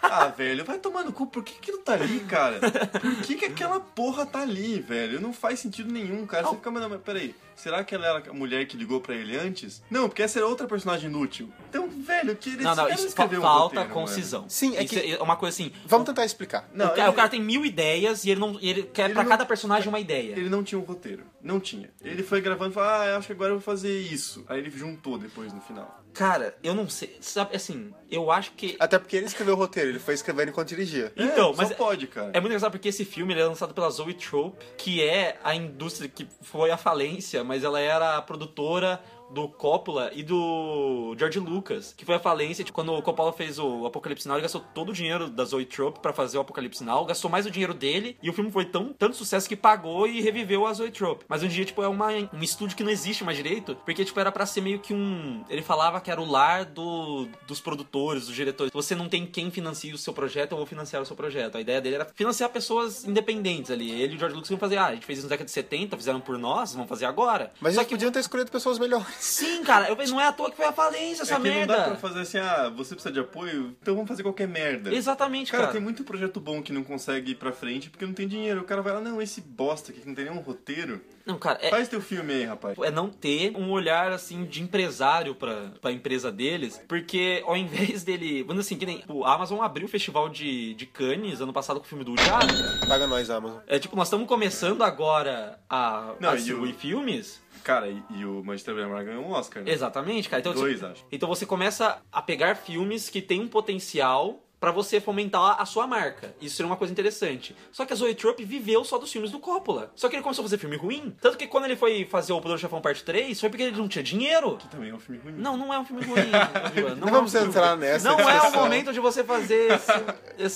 C: ah, velho, vai tomar no cu, por que aquilo tá ali, cara? Por que, que aquela porra tá ali, velho? Não faz sentido nenhum, cara. Você fica, mas, não, mas peraí, será que ela era a mulher que ligou pra ele antes? Não, porque essa era outra personagem inútil. Então, velho, que ele
B: Não,
C: esse
B: não,
C: cara
B: isso fa
C: escreveu um
B: falta
C: roteiro,
B: concisão.
F: Sim, é
B: Isso
F: que-
B: é uma coisa assim.
F: Vamos tentar explicar.
C: mano. Não,
B: o, cara,
C: ele,
B: o cara tem mil ideias e ele não. e Ele quer
C: Ele
B: pra
C: não-
B: cada personagem uma ideia.
C: ele não tinha um roteiro. Não tinha. Ele foi gravando e falou, ah, eu acho que agora eu vou fazer isso. Aí ele juntou depois no final.
B: Cara, eu não sei. Sabe, assim, eu acho que.
F: Até porque ele escreveu o roteiro, ele foi escrevendo enquanto dirigia.
B: Então,
C: é,
B: mas
C: Só pode, cara.
B: É muito engraçado porque esse filme ele é lançado pela Zoe Trope, que é a indústria que foi à falência, mas ela era a produtora do Coppola e do George Lucas, que foi à falência tipo, quando o Coppola fez o Apocalipse Now, ele gastou todo o dinheiro da Zoe Trope pra fazer o Apocalipse Now, gastou mais o dinheiro dele, e o filme foi tão tanto sucesso que pagou e reviveu a Zoe Trope. Mas hoje em dia tipo é uma um estúdio que não existe mais direito, porque tipo era pra ser meio que um, ele falava que era o lar do dos produtores, dos diretores. Você não tem quem financia o seu projeto, eu vou financiar o seu projeto. A ideia dele era financiar pessoas independentes ali. Ele e o George Lucas iam fazer, ah, a gente fez isso na década de 70, fizeram por nós, vamos fazer agora.
F: Mas
B: Só
F: eles podiam ter escolhido pessoas melhores.
B: Sim, cara, eu falei, não é à toa que foi a falência essa
C: é que não dá pra
B: merda.
C: fazer assim, ah, você precisa de apoio, então vamos fazer qualquer merda.
B: Exatamente,
C: Cara,
B: cara.
C: tem muito projeto bom que não consegue ir pra frente porque não tem dinheiro. O cara vai lá, não, esse bosta aqui que não tem nenhum roteiro.
B: Não, cara, é,
C: Faz teu filme aí, rapaz.
B: é não ter um olhar assim de empresário pra, pra empresa deles, porque ao invés dele. Mano, assim, que nem o Amazon abriu o festival de, de Cannes ano passado com o filme do Diabo.
F: Paga nós, Amazon.
B: É tipo, nós estamos começando agora a,
C: Não,
B: a
C: e
B: distribuir
C: o-
B: filmes.
C: Cara, e, e o Manchester by the Hour ganhou um Oscar, né?
B: Exatamente, cara. Então,
C: Dois,
B: tipo,
C: acho.
B: então você começa a pegar filmes que têm um potencial pra você fomentar a sua marca. Isso seria uma coisa interessante. Só que a Zoe Trope viveu só dos filmes do Coppola. Só que ele começou a fazer filme ruim. Tanto que quando ele foi fazer o Poder do Chefão Parte 3, foi porque ele não tinha dinheiro.
C: Também é um filme ruim.
B: Não, não é um filme ruim. Vila,
F: Não,
B: é um
F: vamos
B: filme-
F: entrar nessa
B: Não é o
F: discussão.
B: momento de você fazer esse,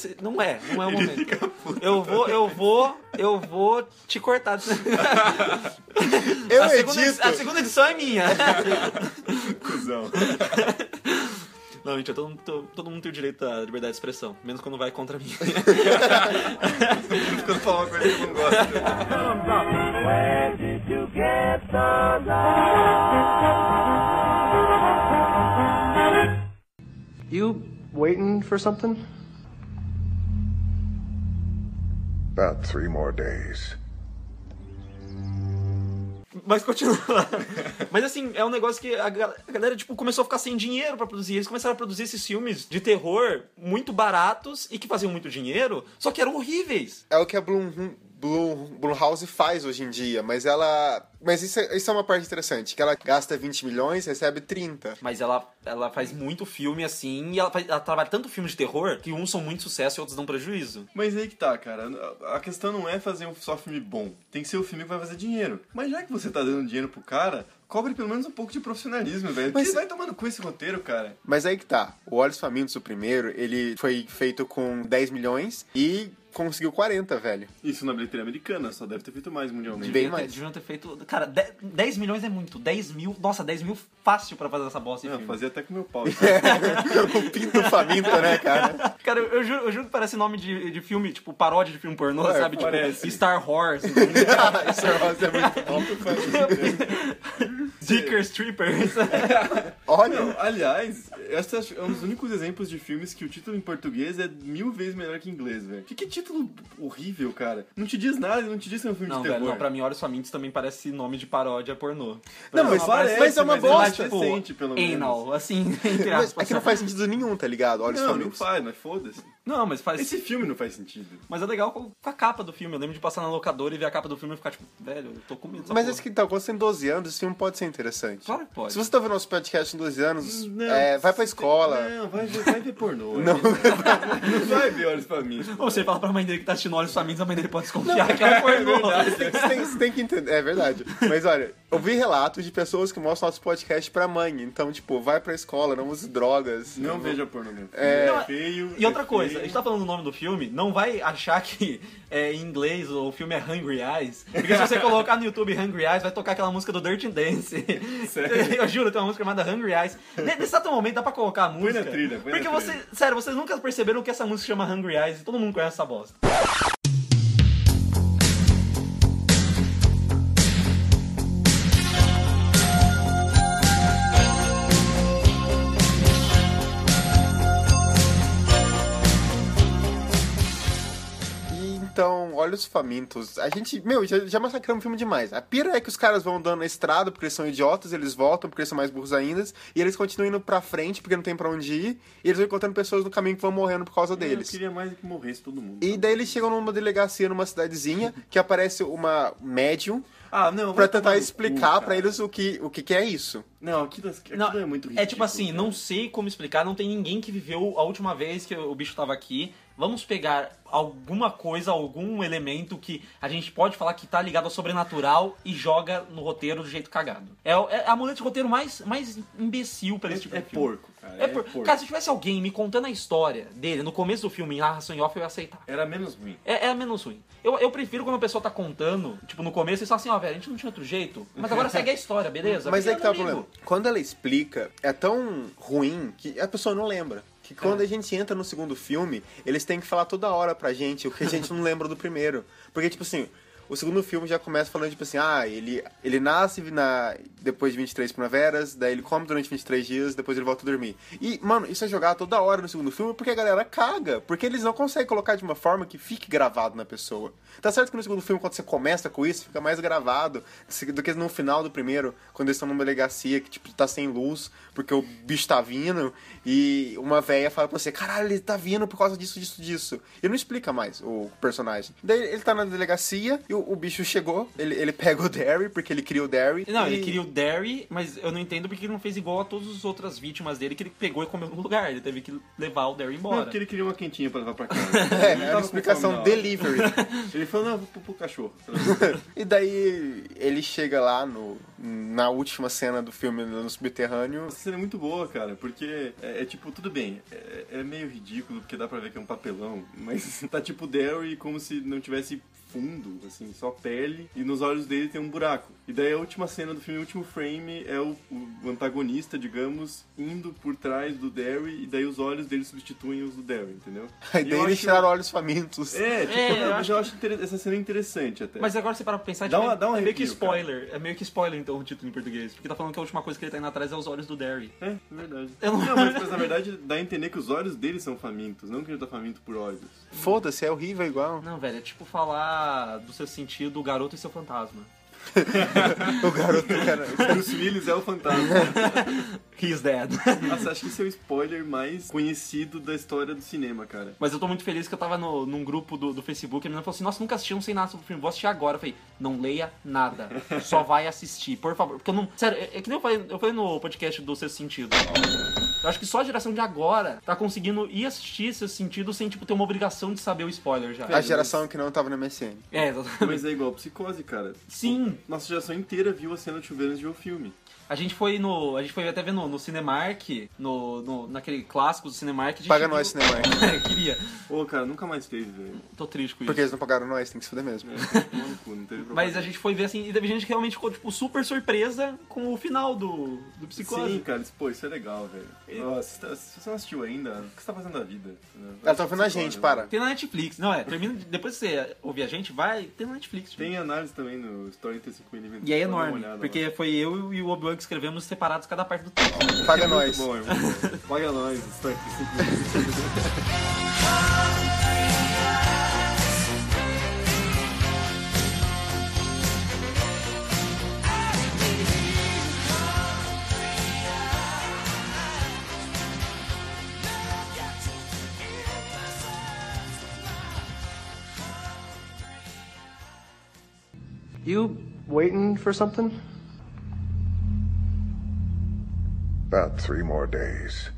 B: esse- Não é, não é o momento. Eu vou, eu vou, eu vou te cortar.
F: Eu
B: a, segunda,
F: edito.
B: a segunda edição é minha.
C: Cusão.
B: Não, gente, todo mundo, todo- todo mundo tem o direito à liberdade de expressão, menos quando vai contra mim.
C: Quando falar uma coisa que eu não gosto. né?
E: Where did you get the love?
G: You waiting for something?
H: About three more days.
B: Mas continua. Mas assim, é um negócio que a ga- a galera, tipo, começou a ficar sem dinheiro pra produzir. Eles começaram a produzir esses filmes de terror muito baratos e que faziam muito dinheiro, só que eram horríveis.
F: É o que a Bloom, Bloom, Blumhouse faz hoje em dia, mas ela... Mas isso é, isso é uma parte interessante, que ela gasta 20 milhões, recebe 30.
B: Mas ela, ela faz muito filme assim, e ela, faz- ela trabalha tanto filme de terror que uns são muito sucesso e outros dão prejuízo.
C: Mas aí que tá, cara. A questão não é fazer um só filme bom. Tem que ser o filme que vai fazer dinheiro. Mas já que você tá dando dinheiro pro cara, cobre pelo menos um pouco de profissionalismo, velho.
F: Mas-
C: Você vai tomando cu esse roteiro, cara.
F: Mas aí que tá, o Olhos Famintos, o primeiro, ele foi feito com 10 milhões e conseguiu 40, velho.
C: Isso na bilheteria americana, só deve ter feito mais mundialmente.
F: Bem
B: Deviam ter-
F: mais.
B: Deviam ter feito. Cara, de- 10 milhões é muito. 10 mil. Nossa, 10 mil fácil pra fazer essa bosta de
C: Não,
B: filme.
C: Ah, fazia até com meu pau.
F: o pinto faminto, né, cara?
B: Cara, eu, eu juro, eu juro que parece nome de, de filme, tipo, paródia de filme pornô,
F: É,
B: sabe?
C: parece.
B: Tipo, Star Horse,
F: Isso é muito bom.
B: Dicker Stripper.
F: Olha,
C: Não, Então, aliás, esse acho- é um dos únicos exemplos de filmes que o título em português é mil vezes melhor que em inglês, velho. Que, que título horrível, cara. Não te diz nada, não te diz que é um filme
B: Não,
C: de
B: velho,
C: terror.
B: não, pra mim, Olhos Famintos também parece nome de paródia pornô.
F: Não, mas
C: parece,
F: mas é uma
C: mais
F: bosta.
C: decente, pelo menos.
B: Anal, assim, entre
F: mas
B: aspas.
F: é que não faz sentido nenhum, tá ligado? Olhos
C: Não, não
F: Famintos.
C: faz, mas foda-se.
B: Não, é mas faz.
C: Esse filme não faz sentido.
B: Mas é legal com com a capa do filme. Eu lembro de passar na locadora e ver a capa do filme e ficar tipo, velho, eu tô com medo dessa
F: Mas
B: porra.
F: acho que então, quando você tem 12 anos, esse filme pode ser interessante.
B: Claro que pode.
F: Se você tá vendo nosso podcast em 12 anos,
C: Não.
F: é, vai pra escola.
C: Não, vai, ver- vai ver pornô.
F: Não.
C: não vai ver olhos pra mim. tipo,
B: Ou você fala pra mãe dele que tá assistindo Olhos Famintos, a mãe dele pode desconfiar que ela é um pornô.
F: Você tem, você tem que entender. É verdade. Mas olha, ouvi relatos de pessoas que mostram nosso podcast pra mãe. Então, tipo, vai pra escola, não use drogas.
C: Não veja pornô mesmo.
F: É.
B: Não,
C: feio.
B: E outra
C: é
B: coisa,
C: feio.
B: a gente tá falando o nome do filme, não vai achar que é, em inglês o filme é Hungry Eyes. Porque se você colocar no YouTube Hungry Eyes, vai tocar aquela música do Dirty Dance.
C: Sério?
B: Eu juro, tem uma música chamada Hungry Eyes. Ne- Nesse exato momento dá pra colocar a música.
C: na trilha, põe na
B: porque
C: trilha.
B: você, sério, vocês nunca perceberam que essa música chama Hungry Eyes e todo mundo conhece essa bosta.
F: E então, olha os famintos. A gente, meu, já, já massacramos o filme demais. A pira é que os caras vão andando na estrada porque eles são idiotas, eles voltam porque eles são mais burros ainda, e eles continuam indo pra frente porque não tem pra onde ir, e eles vão encontrando pessoas no caminho que vão morrendo por causa
C: Eu
F: deles.
C: queria mais que morresse todo mundo.
F: E daí eles chegam numa delegacia, numa cidadezinha, que aparece uma médium
C: Ah, não.
F: pra
C: vai
F: tentar
C: tomar no cu,
F: explicar
C: cara.
F: pra eles o que, o que, que é isso.
C: Não, aquilo, aquilo
B: Não,
C: é muito ridículo.
B: É tipo assim,
C: cara.
B: não sei como explicar, não tem ninguém que viveu a última vez que o bicho tava aqui. Vamos pegar alguma coisa, algum elemento que a gente pode falar que tá ligado ao sobrenatural e joga no roteiro do jeito cagado. É, o- é a muleta de roteiro mais, mais imbecil pra esse tipo
C: É, é
B: de filme.
C: porco, cara.
B: É por- Cara, se tivesse alguém me contando a história dele no começo do filme em narração em off, eu ia aceitar.
C: Era menos ruim.
B: É, é menos ruim. Eu, eu prefiro quando a pessoa tá contando, tipo, no começo, e fala assim, ó, velho, a gente não tinha outro jeito, mas agora segue a história, beleza?
F: Mas
B: Porque um
F: é que tá o
B: eu não ligo.
F: problema. Quando ela explica, é tão ruim que a pessoa não lembra. Que quando a gente entra no segundo filme, eles têm que falar toda hora pra gente o que a gente não lembra do primeiro. Porque, tipo assim, o segundo filme já começa falando, tipo assim, ah, ele, ele nasce na, depois de 23 primaveras, daí ele come durante 23 dias, depois ele volta a dormir. E, mano, isso é jogar toda hora no segundo filme porque a galera caga. Porque eles não conseguem colocar de uma forma que fique gravado na pessoa. Tá certo que no segundo filme, quando você começa com isso, fica mais gravado do que no final do primeiro, quando eles estão numa delegacia que, tipo, tá sem luz, porque o bicho tá vindo, e uma véia fala pra você, caralho, ele tá vindo por causa disso, disso, disso. E não explica mais o personagem. Daí ele tá na delegacia, e o, o bicho chegou, ele, ele pega o Derry, porque ele cria o Derry.
B: Não,
F: e-
B: ele queria o Derry, mas eu não entendo porque ele não fez igual a todas as outras vítimas dele que ele pegou e comeu no lugar. Ele teve que levar o Derry
C: Não,
B: embora.
C: porque ele queria uma quentinha pra levar pra casa.
F: É, era uma
C: Ele tava com fome na
F: explicação
C: hora.
F: delivery.
C: Ele falou, não, eu vou pro, pro cachorro.
F: E daí ele chega lá no, na última cena do filme no subterrâneo.
C: Essa cena é muito boa, cara, porque é, é tipo, tudo bem, é, é meio ridículo, porque dá pra ver que é um papelão, mas tá tipo Derry como se não tivesse fundo, assim, só pele, e nos olhos dele tem um buraco. E daí a última cena do filme, o último frame, é o, o antagonista, digamos, indo por trás do Derry, e daí os olhos dele substituem os do Derry, entendeu?
F: Aí
C: E
F: daí
C: eu
F: eles
C: acho-
F: tiraram olhos famintos.
C: É, tipo,
B: É, eu
C: mas
B: acho
C: eu acho inter- essa cena é interessante até.
B: Mas agora você para pra pensar,
C: Dá
B: tipo,
C: uma- dá um
B: é meio que
C: arrepio, cara.
B: spoiler. É meio que spoiler, então, o título em português. Porque tá falando que a última coisa que ele tá indo atrás é os olhos do Derry.
C: É, é verdade.
B: Eu não-
C: Não, mas, mas na verdade dá a entender que os olhos dele são famintos, não que ele tá faminto por olhos.
F: Foda-se, é horrível igual.
B: Não, velho, é tipo falar do seu sentido, o garoto e seu fantasma.
F: O garoto, cara.
C: Bruce Willis é o fantasma.
B: He's dead.
C: Nossa, acho que esse é o spoiler mais conhecido da história do cinema, cara.
B: Mas eu tô muito feliz que eu tava no, num grupo do, do Facebook e a menina falou assim, nossa, nunca assisti, não sei nada sobre o filme, vou assistir agora. Eu falei, não leia nada, só vai assistir, por favor. Porque eu não... Sério, é, é que nem eu falei, eu falei no podcast do Sexto Sentido. Eu acho que só a geração de agora tá conseguindo ir assistir Sexto Sentido sem, tipo, ter uma obrigação de saber o spoiler já.
F: A geração que não tava na MSN.
B: É, exatamente.
C: Mas é igual a psicose, cara.
B: Sim,
C: Nossa geração inteira viu a cena do chuveiro antes de ver o filme.
B: a gente foi no... A gente foi até ver no, no Cinemark, no, no- naquele clássico do Cinemark. a gente
F: Paga
B: viu-
F: nós, né, cinema.
B: Queria.
C: Ô, cara, nunca mais teve, velho.
B: Tô triste com isso.
F: Porque eles não pagaram nós, tem que se fuder mesmo.
C: É, tomar no cu, não teve problema.
B: Mas a gente foi ver assim, e teve gente que realmente ficou, tipo, super surpresa com o final do, do Psicose.
C: Sim, cara, isso- pô, isso é legal, velho. Nossa, se você não assistiu ainda, o que você tá fazendo da vida? né?
F: Ela tá ouvindo a gente, para.
B: Tem na Netflix, não é? Termina, de- depois que você ouvir a gente, vai, tem na Netflix. tipo.
C: Tem análise também no Story 35 mm
B: E é enorme, porque foi eu e o Obi-Wan que escrevemos separados cada parte do texto.
F: Paga
C: É Muito
F: nós.
C: bom, irmão. Paga nós, Story 35 mm
G: You waiting for something?
H: About three more days.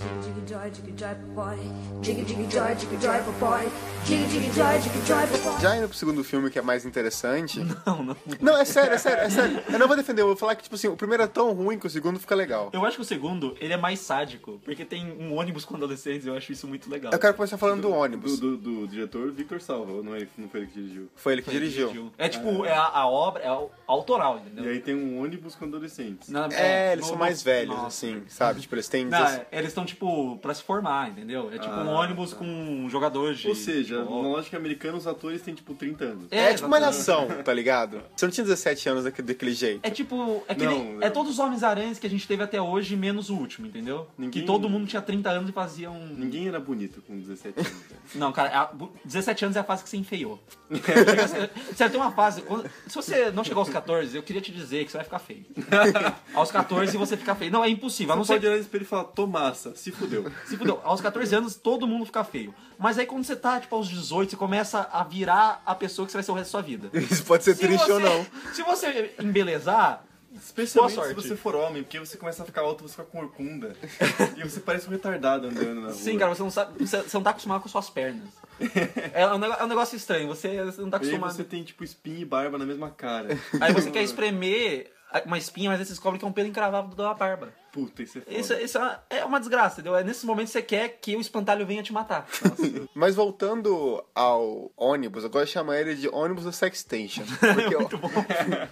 D: Did joy, jiggy joy, boy. Jiggy jiggy joy, jiggy joy, boy. Jiggy jiggy joy, jiggy joy, boy.
F: Já indo pro segundo filme, que é mais interessante.
B: Não, não.
F: Não, é sério, é sério, é sério. Eu não vou defender, eu vou falar que, tipo assim, o primeiro é tão ruim que o segundo fica legal.
B: Eu acho que o segundo, ele é mais sádico, porque tem um ônibus com adolescentes, eu acho isso muito legal.
F: Eu quero começar falando do ônibus.
C: Do, do- do diretor Victor Salva, ou não, é, não foi ele que dirigiu.
F: Foi ele que dirigiu.
B: É tipo, é a, a obra, é a- autoral,
C: E
B: entendeu?
C: aí tem um ônibus com adolescentes.
B: Na-
F: É, eles
B: no-
F: são
B: no-
F: mais velhos,
B: Nossa.
F: assim, sabe? Tipo, eles têm.
B: Não,
F: 16
B: é, eles estão, tipo, pra se formar, entendeu? É tipo um
C: Ah,
B: ônibus com jogadores de.
C: Ou seja,
B: futebol.
C: na lógica americana, os atores têm tipo 30 anos.
F: É, tipo uma
B: exatamente.
F: malhação, tá ligado? Você não tinha 17 anos daquele, daquele jeito.
B: É tipo. É, que nem-
C: Não, não.
B: é todos os Homens-Aranhas que a gente teve até hoje, menos o último, entendeu?
C: Ninguém-
B: Que todo mundo tinha 30 anos e fazia um.
C: Ninguém era bonito com 17 anos. né?
B: Não, cara, a- bu- 17 anos é a fase que você enfeiou. Sério, tem uma fase. quando- Se você não chegar aos 14, eu queria te dizer que você vai ficar feio. aos 14 você fica feio. Não, é impossível. A não
C: Você pode
B: ser.
C: olhar no espelho e falar, tô massa, se fudeu.
B: Se fudeu, aos 14 anos todo mundo fica feio. Mas aí quando você tá, tipo, aos 18, você começa a virar a pessoa que você vai ser o resto da sua vida.
F: Isso pode ser triste ou não.
B: Se você embelezar,
C: Especialmente
B: Boa
C: se
B: sorte.
C: você for homem, porque você começa a ficar alto, você fica com orcunda. e você parece um retardado andando na rua.
B: sim, cara, você não sabe. Você, você não tá acostumado com suas pernas. É um, nego- é um negócio estranho, você, você não tá
C: E aí
B: acostumado.
C: você tem tipo espinha e barba na mesma cara.
B: Aí você quer espremer uma espinha, mas aí você descobre que é um pelo encravado da barba.
C: Puta, isso é foda.
B: Isso, isso é uma- é uma desgraça, entendeu? É nesse momento que você quer que o espantalho venha te matar.
F: Mas voltando ao ônibus, eu gosto de chamar ele de ônibus da Sextation. Porque eu-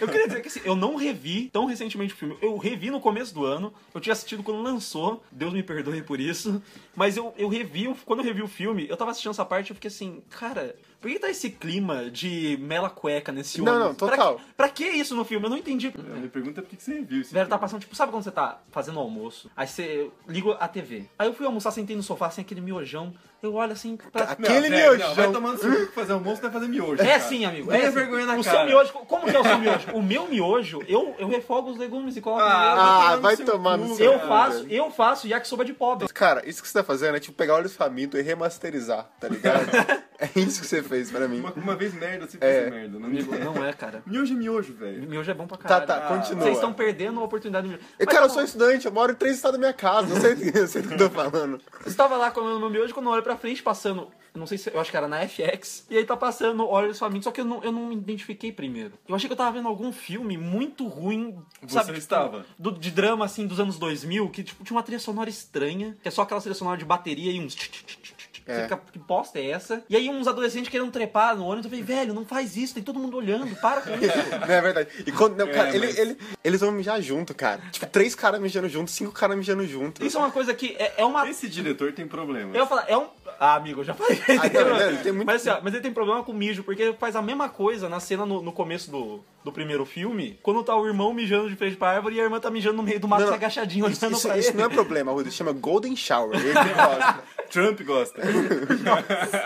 B: eu queria dizer que assim, eu não revi tão recentemente o filme. Eu revi no começo do ano, eu tinha assistido quando lançou, Deus me perdoe por isso. Mas eu, eu revi, o- quando eu revi o filme, eu tava assistindo essa parte e eu fiquei assim, cara, por que tá esse clima de mela cueca nesse
F: Não,
B: ônibus?
F: não, total.
B: Pra que, pra que isso no filme? Eu não entendi.
C: A minha pergunta é por que que você reviu isso?
B: Velho, tá passando, tipo, sabe quando você tá fazendo almoço? Aí você liga a TV. Aí eu fui almoçar, sentei no sofá, assim, aquele miojão. Eu olho assim pra.
F: Aquele miojão.
C: Vai tomando seu que fazer almoço, vai fazer miojo.
B: É
C: cara.
B: sim, amigo.
C: Olha
B: é
C: a
B: sim.
C: vergonha na
B: o
C: cara.
B: seu miojo, como que é o seu miojo? O meu miojo, eu, eu refogo os legumes e coloco
C: Ah,
F: Ah,
C: vai
F: vai tomar
C: tomar no seu cu,
F: no seu
B: eu
F: cu,
B: faço,
F: velho.
B: eu faço yakisoba de pobre.
F: Cara, isso que você tá fazendo é tipo pegar olhos faminto e remasterizar, tá ligado? é isso que você fez pra mim.
C: Uma, uma vez merda, sempre
F: É.
C: vai ser merda. Não
B: Amigo,
C: miojo
B: não é, cara.
C: é miojo, velho.
B: Miojo é bom pra
F: Tá,
B: caralho.
F: tá, continua.
B: Vocês estão perdendo a oportunidade do miojo.
F: E,
B: Mas
F: Cara,
B: tá
F: eu
B: bom.
F: sou estudante, eu moro em três estados da minha casa, não sei, eu sei do que eu tô falando.
B: Eu tava lá comendo meu miojo quando eu olho pra frente, passando. eu Não sei se. Eu acho que era na FX. E aí tá passando Olhos Famintos. Só que eu não, eu não me identifiquei primeiro. Eu achei que eu tava vendo algum filme muito ruim. Sabe? tipo,
C: estava.
B: do- de drama, assim, dos anos 2000. Que tipo, tinha uma trilha sonora estranha. Que é só aquela trilha sonora de bateria e uns. tch, tch, tch, tch, tch. Você
F: É.
B: fica, que bosta é essa? E aí uns adolescentes querendo trepar no ônibus. Eu falei, velho, não faz isso. Tem todo mundo olhando. Para com isso.
F: Não é verdade. E quando. Não, cara,
C: É,
F: ele-
C: mas-
F: ele- eles vão mijar junto, cara. Tipo, três caras mijando junto, cinco caras mijando junto.
B: Isso é uma coisa que é, é uma
C: Esse diretor tem problema.
B: Eu ia falar, é um. Ah, amigo, eu já falei.
F: Ah, não, não, ele tem muito-
B: mas, assim, ó, mas ele tem problema com mijo, porque ele faz a mesma coisa na cena no, no começo do, do primeiro filme, quando tá o irmão mijando de frente pra árvore e a irmã tá mijando no meio do mato
F: Não, não.
B: se agachadinho
F: Isso,
B: olhando
F: isso-
B: pra
F: isso
B: ele.
F: não é problema, Rudy. Chama Golden Shower. Ele que gosta.
C: Trump gosta.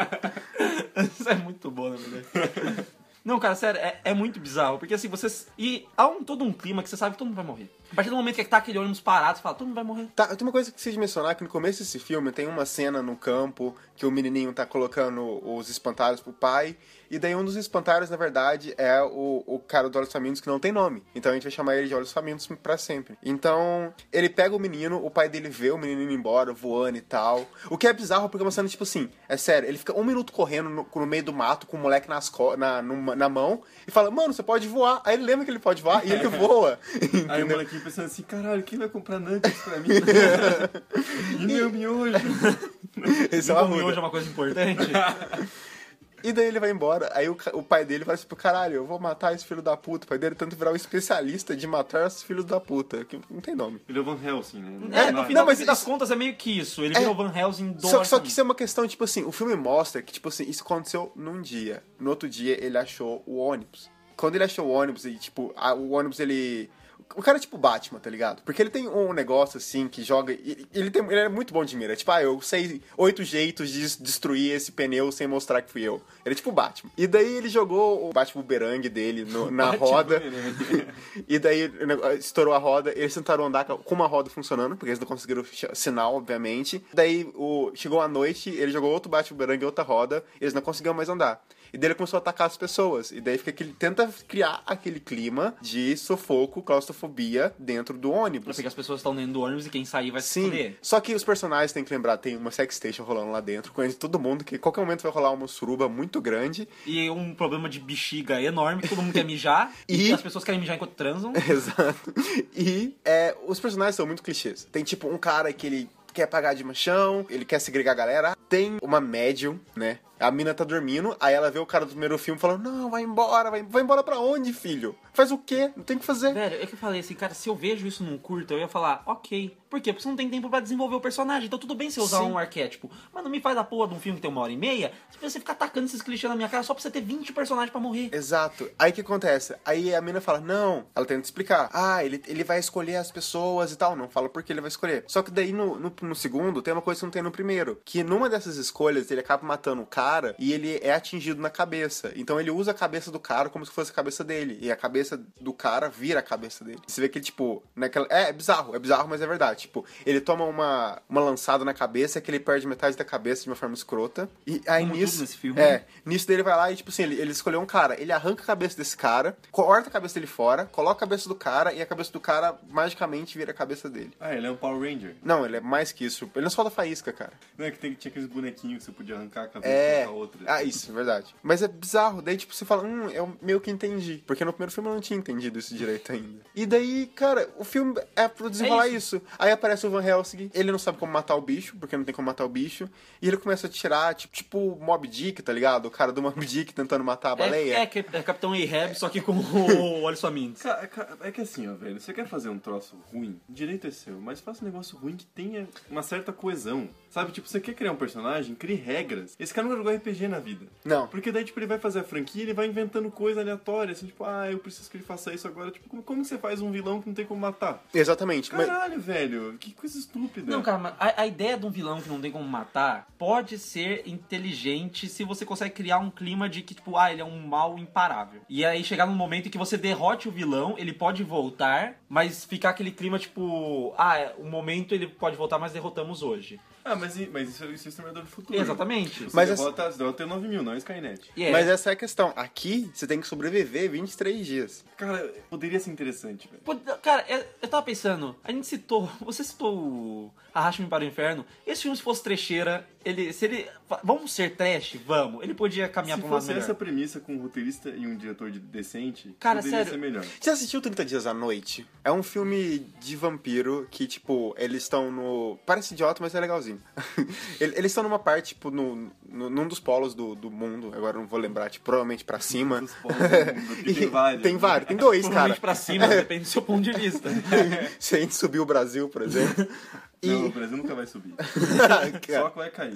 B: Isso é muito bom, na verdade. Não, cara, sério, é, é muito bizarro, porque assim, vocês. E há um, todo um clima que você sabe que todo mundo vai morrer. A partir do momento que tá aquele ônibus parado, você fala, todo mundo vai morrer.
F: Tá, tem uma coisa que preciso mencionar, que no começo desse filme tem uma cena no campo que o menininho tá colocando os espantalhos pro pai, e daí um dos espantalhos, na verdade, é o, o cara do Olhos Famintos que não tem nome. Então a gente vai chamar ele de Olhos Famintos pra sempre. Então, ele pega o menino, o pai dele vê o menino indo embora, voando e tal. O que é bizarro, porque é uma cena, tipo assim, é sério, ele fica um minuto correndo no, no meio do mato com o moleque nas co na, numa- na mão, e fala, mano, você pode voar. Aí ele lembra que ele pode voar, e ele voa.
C: Aí o
F: Entendeu?
C: molequinho pensando assim, caralho, quem vai comprar nuggets pra mim? e meu miojo?
F: Esse é o
B: Então,
F: Arruda.
B: hoje é uma coisa importante.
F: E daí ele vai embora, aí o, ca- o pai dele fala assim, "Pô, caralho, eu vou matar esse filho da puta. O pai dele tenta virar um especialista de matar os filhos da puta, que não tem nome.
C: Ele é o Van Helsing, né?
B: É,
C: Não,
B: no final
F: mas
B: das
F: isso-
B: contas é meio que isso. Ele
F: É.
B: virou Van Helsing do
F: Só, só
B: orçamento.
F: que isso é uma questão, tipo assim, o filme mostra que, tipo assim, isso aconteceu num dia. No outro dia, ele achou o ônibus. Quando ele achou o ônibus, e tipo, a- o ônibus, ele... O cara é tipo Batman, tá ligado? Porque ele tem um negócio, assim, que joga... e- Ele, tem, ele é muito bom de mira. Tipo, ah, eu sei oito jeitos de des- destruir esse pneu sem mostrar que fui eu. Ele é tipo Batman. E daí ele jogou o Batman Bumerangue dele no- na roda. e daí o nego- ah, estourou a roda, eles tentaram andar com uma roda funcionando, porque eles não conseguiram ch- sinal, obviamente. Daí o, chegou a noite, ele jogou outro bate bumerangue e outra roda, eles não conseguiam mais andar. E daí ele começou a atacar as pessoas. E daí fica aquele. Tenta criar aquele clima de sufoco, claustrofobia dentro do ônibus.
B: Porque as pessoas estão dentro do ônibus e quem sair vai se
F: Sim,
B: fuder.
F: só que os personagens têm que lembrar, tem uma sex station rolando lá dentro, conhece todo mundo, que qualquer momento vai rolar uma suruba muito grande.
B: E um problema de bexiga enorme, que todo mundo quer mijar.
F: E-
B: e as pessoas querem mijar enquanto transam.
F: Exato. E é, os personagens são muito clichês. Tem tipo um cara que ele quer pagar de machão, ele quer segregar a galera. Tem uma médium, né? A mina tá dormindo, aí ela vê o cara do primeiro filme falando: Não, vai embora, vai, vai embora pra onde, filho? Faz o quê? Não tem o que fazer.
B: Velho, é que eu falei assim, cara, se eu vejo isso num curta, eu ia falar, ok. Por quê? Porque você não tem tempo pra desenvolver o personagem. Então tudo bem se eu usar
F: Sim.
B: um arquétipo. Mas não me faz a porra de um filme que tem uma hora e meia, se você ficar atacando esses clichês na minha cara só pra você ter 20 personagens pra morrer.
F: Exato. Aí o que acontece? Aí a mina fala, não. Ela tenta explicar. Ah, ele, ele vai escolher as pessoas e tal. Não fala por que ele vai escolher. Só que daí no, no, no segundo tem uma coisa que não tem no primeiro. Que numa dessas escolhas ele acaba matando o cara e ele é atingido na cabeça. Então ele usa a cabeça do cara como se fosse a cabeça dele. E a cabeça do cara vira a cabeça dele. Você vê que ele, tipo, naquela. É, é bizarro, é bizarro, mas é verdade. Tipo, ele toma uma, uma lançada na cabeça que ele perde metade da cabeça de uma forma escrota. E aí
B: Como tudo
F: nisso.
B: nesse filme,
F: é,
B: né?
F: Nisso dele vai lá e, tipo assim, ele, ele escolheu um cara. Ele arranca a cabeça desse cara, corta a cabeça dele fora, coloca a cabeça do cara e a cabeça do cara magicamente vira a cabeça dele.
C: Ah, ele é um Power Ranger.
F: Não, ele é mais que isso. Ele não solta faísca, cara.
C: Não é que tem, tinha aqueles bonequinhos que você podia arrancar a cabeça e
F: É.
C: colocar outra.
F: Ah, isso, verdade. Mas é bizarro. Daí, tipo, você fala, hum, eu meio que entendi. Porque no primeiro filme eu não tinha entendido isso direito ainda. E daí, cara, o filme é pra desenrolar
B: É
F: isso. Aí aparece o Van Helsing, ele não sabe como matar o bicho, porque não tem como matar o bicho. E ele começa a tirar, tipo, tipo o Mob Dick, tá ligado? O cara do Mob Dick tentando matar a
B: É,
F: baleia.
B: é, é Capitão Ahab, só que com o Olha Sua Mint.
C: Ca- ca- É que assim, ó, velho, você quer fazer um troço ruim, direito é seu, mas faça um negócio ruim que tenha uma certa coesão. Sabe, tipo, você quer criar um personagem, crie regras. Esse cara nunca jogou RPG na vida.
F: Não.
C: Porque daí, tipo, ele vai fazer a franquia e ele vai inventando coisa aleatória, assim, tipo, ah, eu preciso que ele faça isso agora. Tipo, como, como você faz um vilão que não tem como matar?
F: Exatamente. mas-
C: Caralho, velho, que coisa estúpida.
B: Não, cara, mas a, a ideia de um vilão que não tem como matar pode ser inteligente se você consegue criar um clima de que, tipo, ah, ele é um mal imparável. E aí chegar num momento em que você derrote o vilão, ele pode voltar, mas ficar aquele clima, tipo, ah, é, o momento ele pode voltar, mas derrotamos hoje.
C: Ah, mas, e- mas isso, isso é o Exterminador do Futuro.
B: Exatamente.
C: Você
F: Mas
C: mas derrota, você derrota o 9 mil, não é Skynet.
B: E é,
F: Mas essa é a questão. Aqui, você tem que sobreviver 23 dias.
C: Cara, poderia ser interessante, velho.
B: Pô, Cara, é- eu tava pensando, a gente citou, você citou o Arraste-me para o Inferno. Esse filme, se fosse trecheira, ele, se ele, vamos ser trash? Vamos. Ele podia caminhar
C: Se
B: pra um lado
C: fosse
B: melhor.
C: essa premissa com um roteirista e um diretor de decente,
B: Cara,
C: poderia
B: sério.
C: ser melhor.
F: Você assistiu 30 Dias à Noite? É um filme de vampiro que, tipo, eles estão no. Parece idiota, mas é legalzinho. Ele- eles estão numa parte, tipo, no, no- num dos polos do, do mundo. Agora eu não vou lembrar, tipo, provavelmente pra cima.
C: Dos polos do mundo, porque
F: E-
C: tem vários. né?
F: Tem vários, tem dois, cara. É.
B: Provavelmente pra cima, depende do seu ponto de vista.
F: Se a gente subir o Brasil, por exemplo. E.
C: Não, o Brasil nunca vai subir. Só que vai cair.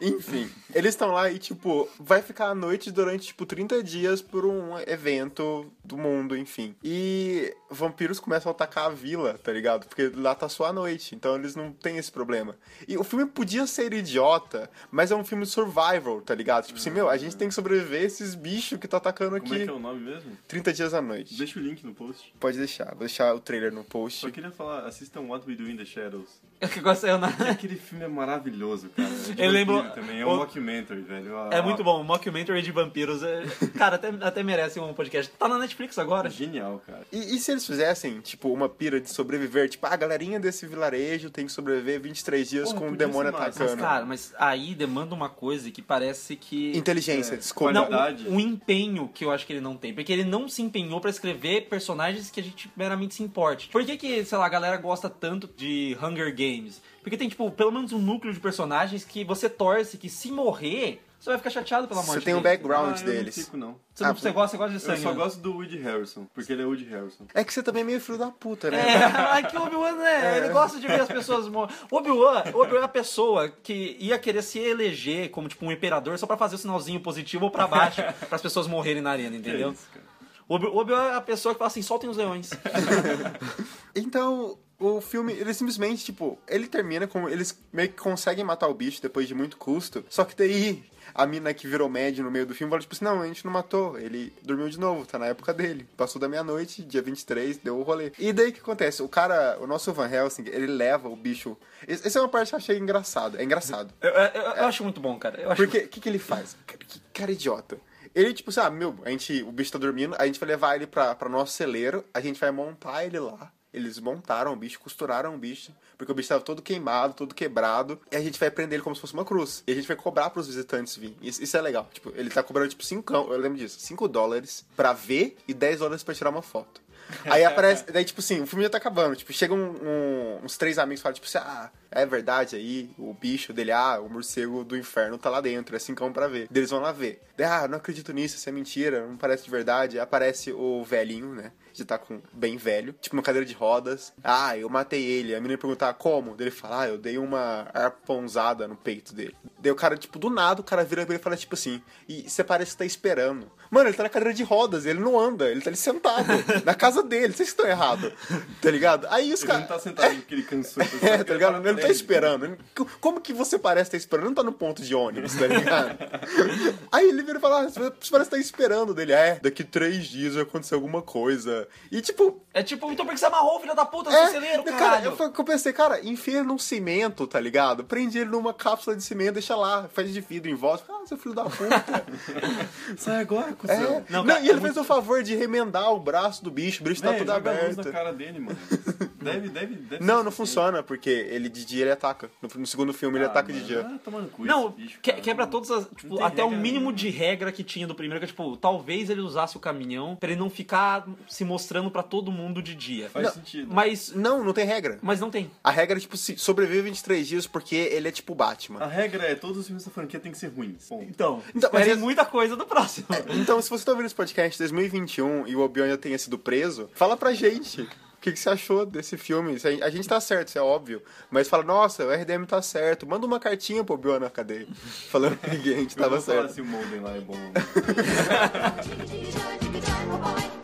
F: Enfim, eles estão lá e, tipo, vai ficar à noite durante, tipo, 30 dias por um evento do mundo, enfim. E vampiros começam a atacar a vila, tá ligado? Porque lá tá só a noite, então eles não têm esse problema. E o filme podia ser idiota, mas é um filme survival, tá ligado? Tipo assim, meu, a gente tem que sobreviver a esses bichos que tá atacando
C: Uhum. Como é
F: aqui
C: que é o nome mesmo?
F: 30 dias à noite.
C: Deixa o link no post.
F: Pode deixar, vou deixar o trailer no
C: Só
F: post.
C: queria falar, assistam What We Do in the Shadows.
B: É que agora saiu na...
C: Aquele filme é maravilhoso, cara. É de
B: Eu lembro-
C: vampiro Também. É um
B: o-
C: documentary, velho. Ah,
B: É muito bom, Mockumentary de vampiros. é- Cara, até, até merece um podcast. Tá na Netflix
C: ah,
B: agora.
C: Genial, cara.
F: E, e se eles fizessem, tipo, uma pira de sobreviver? Tipo, ah, a galerinha desse vilarejo tem que sobreviver 23 dias
C: Porra,
F: com um
C: podia
F: demônio
C: ser massa.
F: atacando.
B: Mas, cara, mas aí demanda uma coisa que parece que...
F: Inteligência,
C: É,
F: desculpa.
B: Não,
C: Qualidade.
B: um, um empenho que eu acho que ele não tem. Porque ele não se empenhou pra escrever personagens que a gente meramente se importe. Por que que, sei lá, a galera gosta tanto de Hunger Games? Porque tem, tipo, pelo menos um núcleo de personagens que você torce que se morrer, você vai ficar chateado pela morte
F: Você tem o
B: dele.
C: Ah,
F: background
C: eu
F: deles.
C: não fico, não.
B: Você, não,
F: Ah,
B: você, gosta, você gosta de
C: Eu
B: sangue,
C: só
B: né?
C: gosto do Woody Harrison, porque ele é Woody Harrison.
F: É que você também é meio filho da puta, né?
B: É, é que o Obi-Wan, né? Ele gosta de ver as pessoas morrendo. O Obi-Wan o Obi-Wan é a pessoa que ia querer se eleger como, tipo, um imperador só pra fazer o sinalzinho positivo ou pra baixo, pras pessoas morrerem na arena,
C: Que é
B: entendeu?
C: isso, cara.
B: O Obi- o Obi-Wan é a pessoa que fala assim, soltem os leões.
F: Então, o filme, ele simplesmente, tipo, ele termina com. Eles meio que conseguem matar o bicho depois de muito custo. Só que daí. a mina que virou médio no meio do filme falou, tipo assim, não, a gente não matou, ele dormiu de novo, tá na época dele. Passou da meia-noite, dia 23, deu o rolê. E daí o que acontece? O cara, o nosso Van Helsing, ele leva o bicho. Es- Essa é uma parte que eu achei engraçada. É engraçado.
B: Eu, eu- eu acho muito bom, cara. Eu acho
F: Porque o que, que ele faz? Cara, que cara idiota. Ele, tipo, sabe, meu, a gente, o bicho tá dormindo, a gente vai levar ele pra, pra nosso celeiro, a gente vai montar ele lá. Eles montaram o bicho, costuraram o bicho, porque o bicho tava todo queimado, todo quebrado, e a gente vai prender ele como se fosse uma cruz. E a gente vai cobrar pros visitantes virem. Isso, isso é legal. Tipo, ele tá cobrando, tipo, 5, eu lembro disso, 5 dólares pra ver e 10 dólares pra tirar uma foto. Aí aparece, daí, tipo assim, o filme já tá acabando. Tipo, chegam um- uns três amigos e falam, tipo assim, ah, é verdade aí, o bicho dele, ah, o morcego do inferno tá lá dentro, é cincão pra ver. Daí Eles vão lá ver. Daí, ah, não acredito nisso, isso é mentira, não parece de verdade. Aí aparece o velhinho, né? Já tá com bem velho, tipo uma cadeira de rodas. Ah, eu matei ele. A menina perguntar como? Daí ele fala, ah, eu dei uma arponzada no peito dele. Daí o cara, tipo, do nada, o cara vira pra ele e fala, tipo assim, e você parece que tá esperando. Mano, ele tá na cadeira de rodas, ele não anda, ele tá ali sentado, na casa dele, vocês estão errados. Tá ligado? Aí os
C: Ele
F: caras.
C: não tá sentado porque ele cansou. ele
F: É,
C: ele
F: tá ligado?
C: na
F: Ele não tá
C: parede.
F: esperando. Ele- co- Como que você parece estar esperando? Ele Não tá no ponto de ônibus, tá ligado? Aí ele vira e fala, ah, você parece estar esperando dele. É, daqui três dias vai acontecer alguma coisa. E tipo...
B: É tipo, então por que você amarrou, filho da puta,
F: É,
B: seu celeiro,
F: cara,
B: caralho?
F: eu, fa- eu pensei, cara, enfia ele num cimento, tá ligado? Prende ele numa cápsula de cimento, deixa lá, faz de vidro em volta. Ah, seu filho da puta.
C: Sai agora, cuzão.
F: É. Não,
B: Não, cara,
F: e ele
B: é
F: fez o favor de remendar o braço do bicho, o bicho tá
C: Véi,
F: todo
C: É, joga a luz na
F: aberto.
C: cara dele, mano. Deve, deve, deve.
F: Não,
C: ser
F: não
C: suficiente.
F: funciona, porque ele de dia ele ataca. No, no segundo filme ele
C: Ah,
F: ataca de
C: mano,
F: dia.
C: Ah, toma no cu
B: Não,
C: esse bicho,
B: que-
C: cara.
B: quebra todas as. tipo,
C: Não tem
B: até o
C: regra
B: mínimo
C: nenhuma.
B: de regra que tinha do primeiro, que é tipo, talvez ele usasse o caminhão pra ele não ficar se mostrando pra todo mundo de dia.
C: Faz
F: Não,
C: sentido.
B: Mas.
F: Não, não tem regra.
B: Mas não tem.
F: A regra é, tipo, se sobrevive 23 dias porque ele é tipo Batman.
C: A regra é todos os filmes da franquia têm que ser ruins. Ponto.
B: Então,
F: Então,
B: mas
F: mas
B: tem
F: esse-
B: muita coisa do próximo.
F: Então, se você tá ouvindo esse podcast em 2021 e o Obi-Wan já tenha sido preso, fala pra gente. O que, que você achou desse filme? Se A a gente tá certo, isso é óbvio. Mas fala, nossa, o RDM tá certo. Manda uma cartinha pro Obi-Wan na cadeia. Falando que a gente
C: Eu
F: tava
C: vou falar
F: certo.
C: se o Molden lá é bom.
D: Chicky, chicky, joy, chicky, joy, oh boy.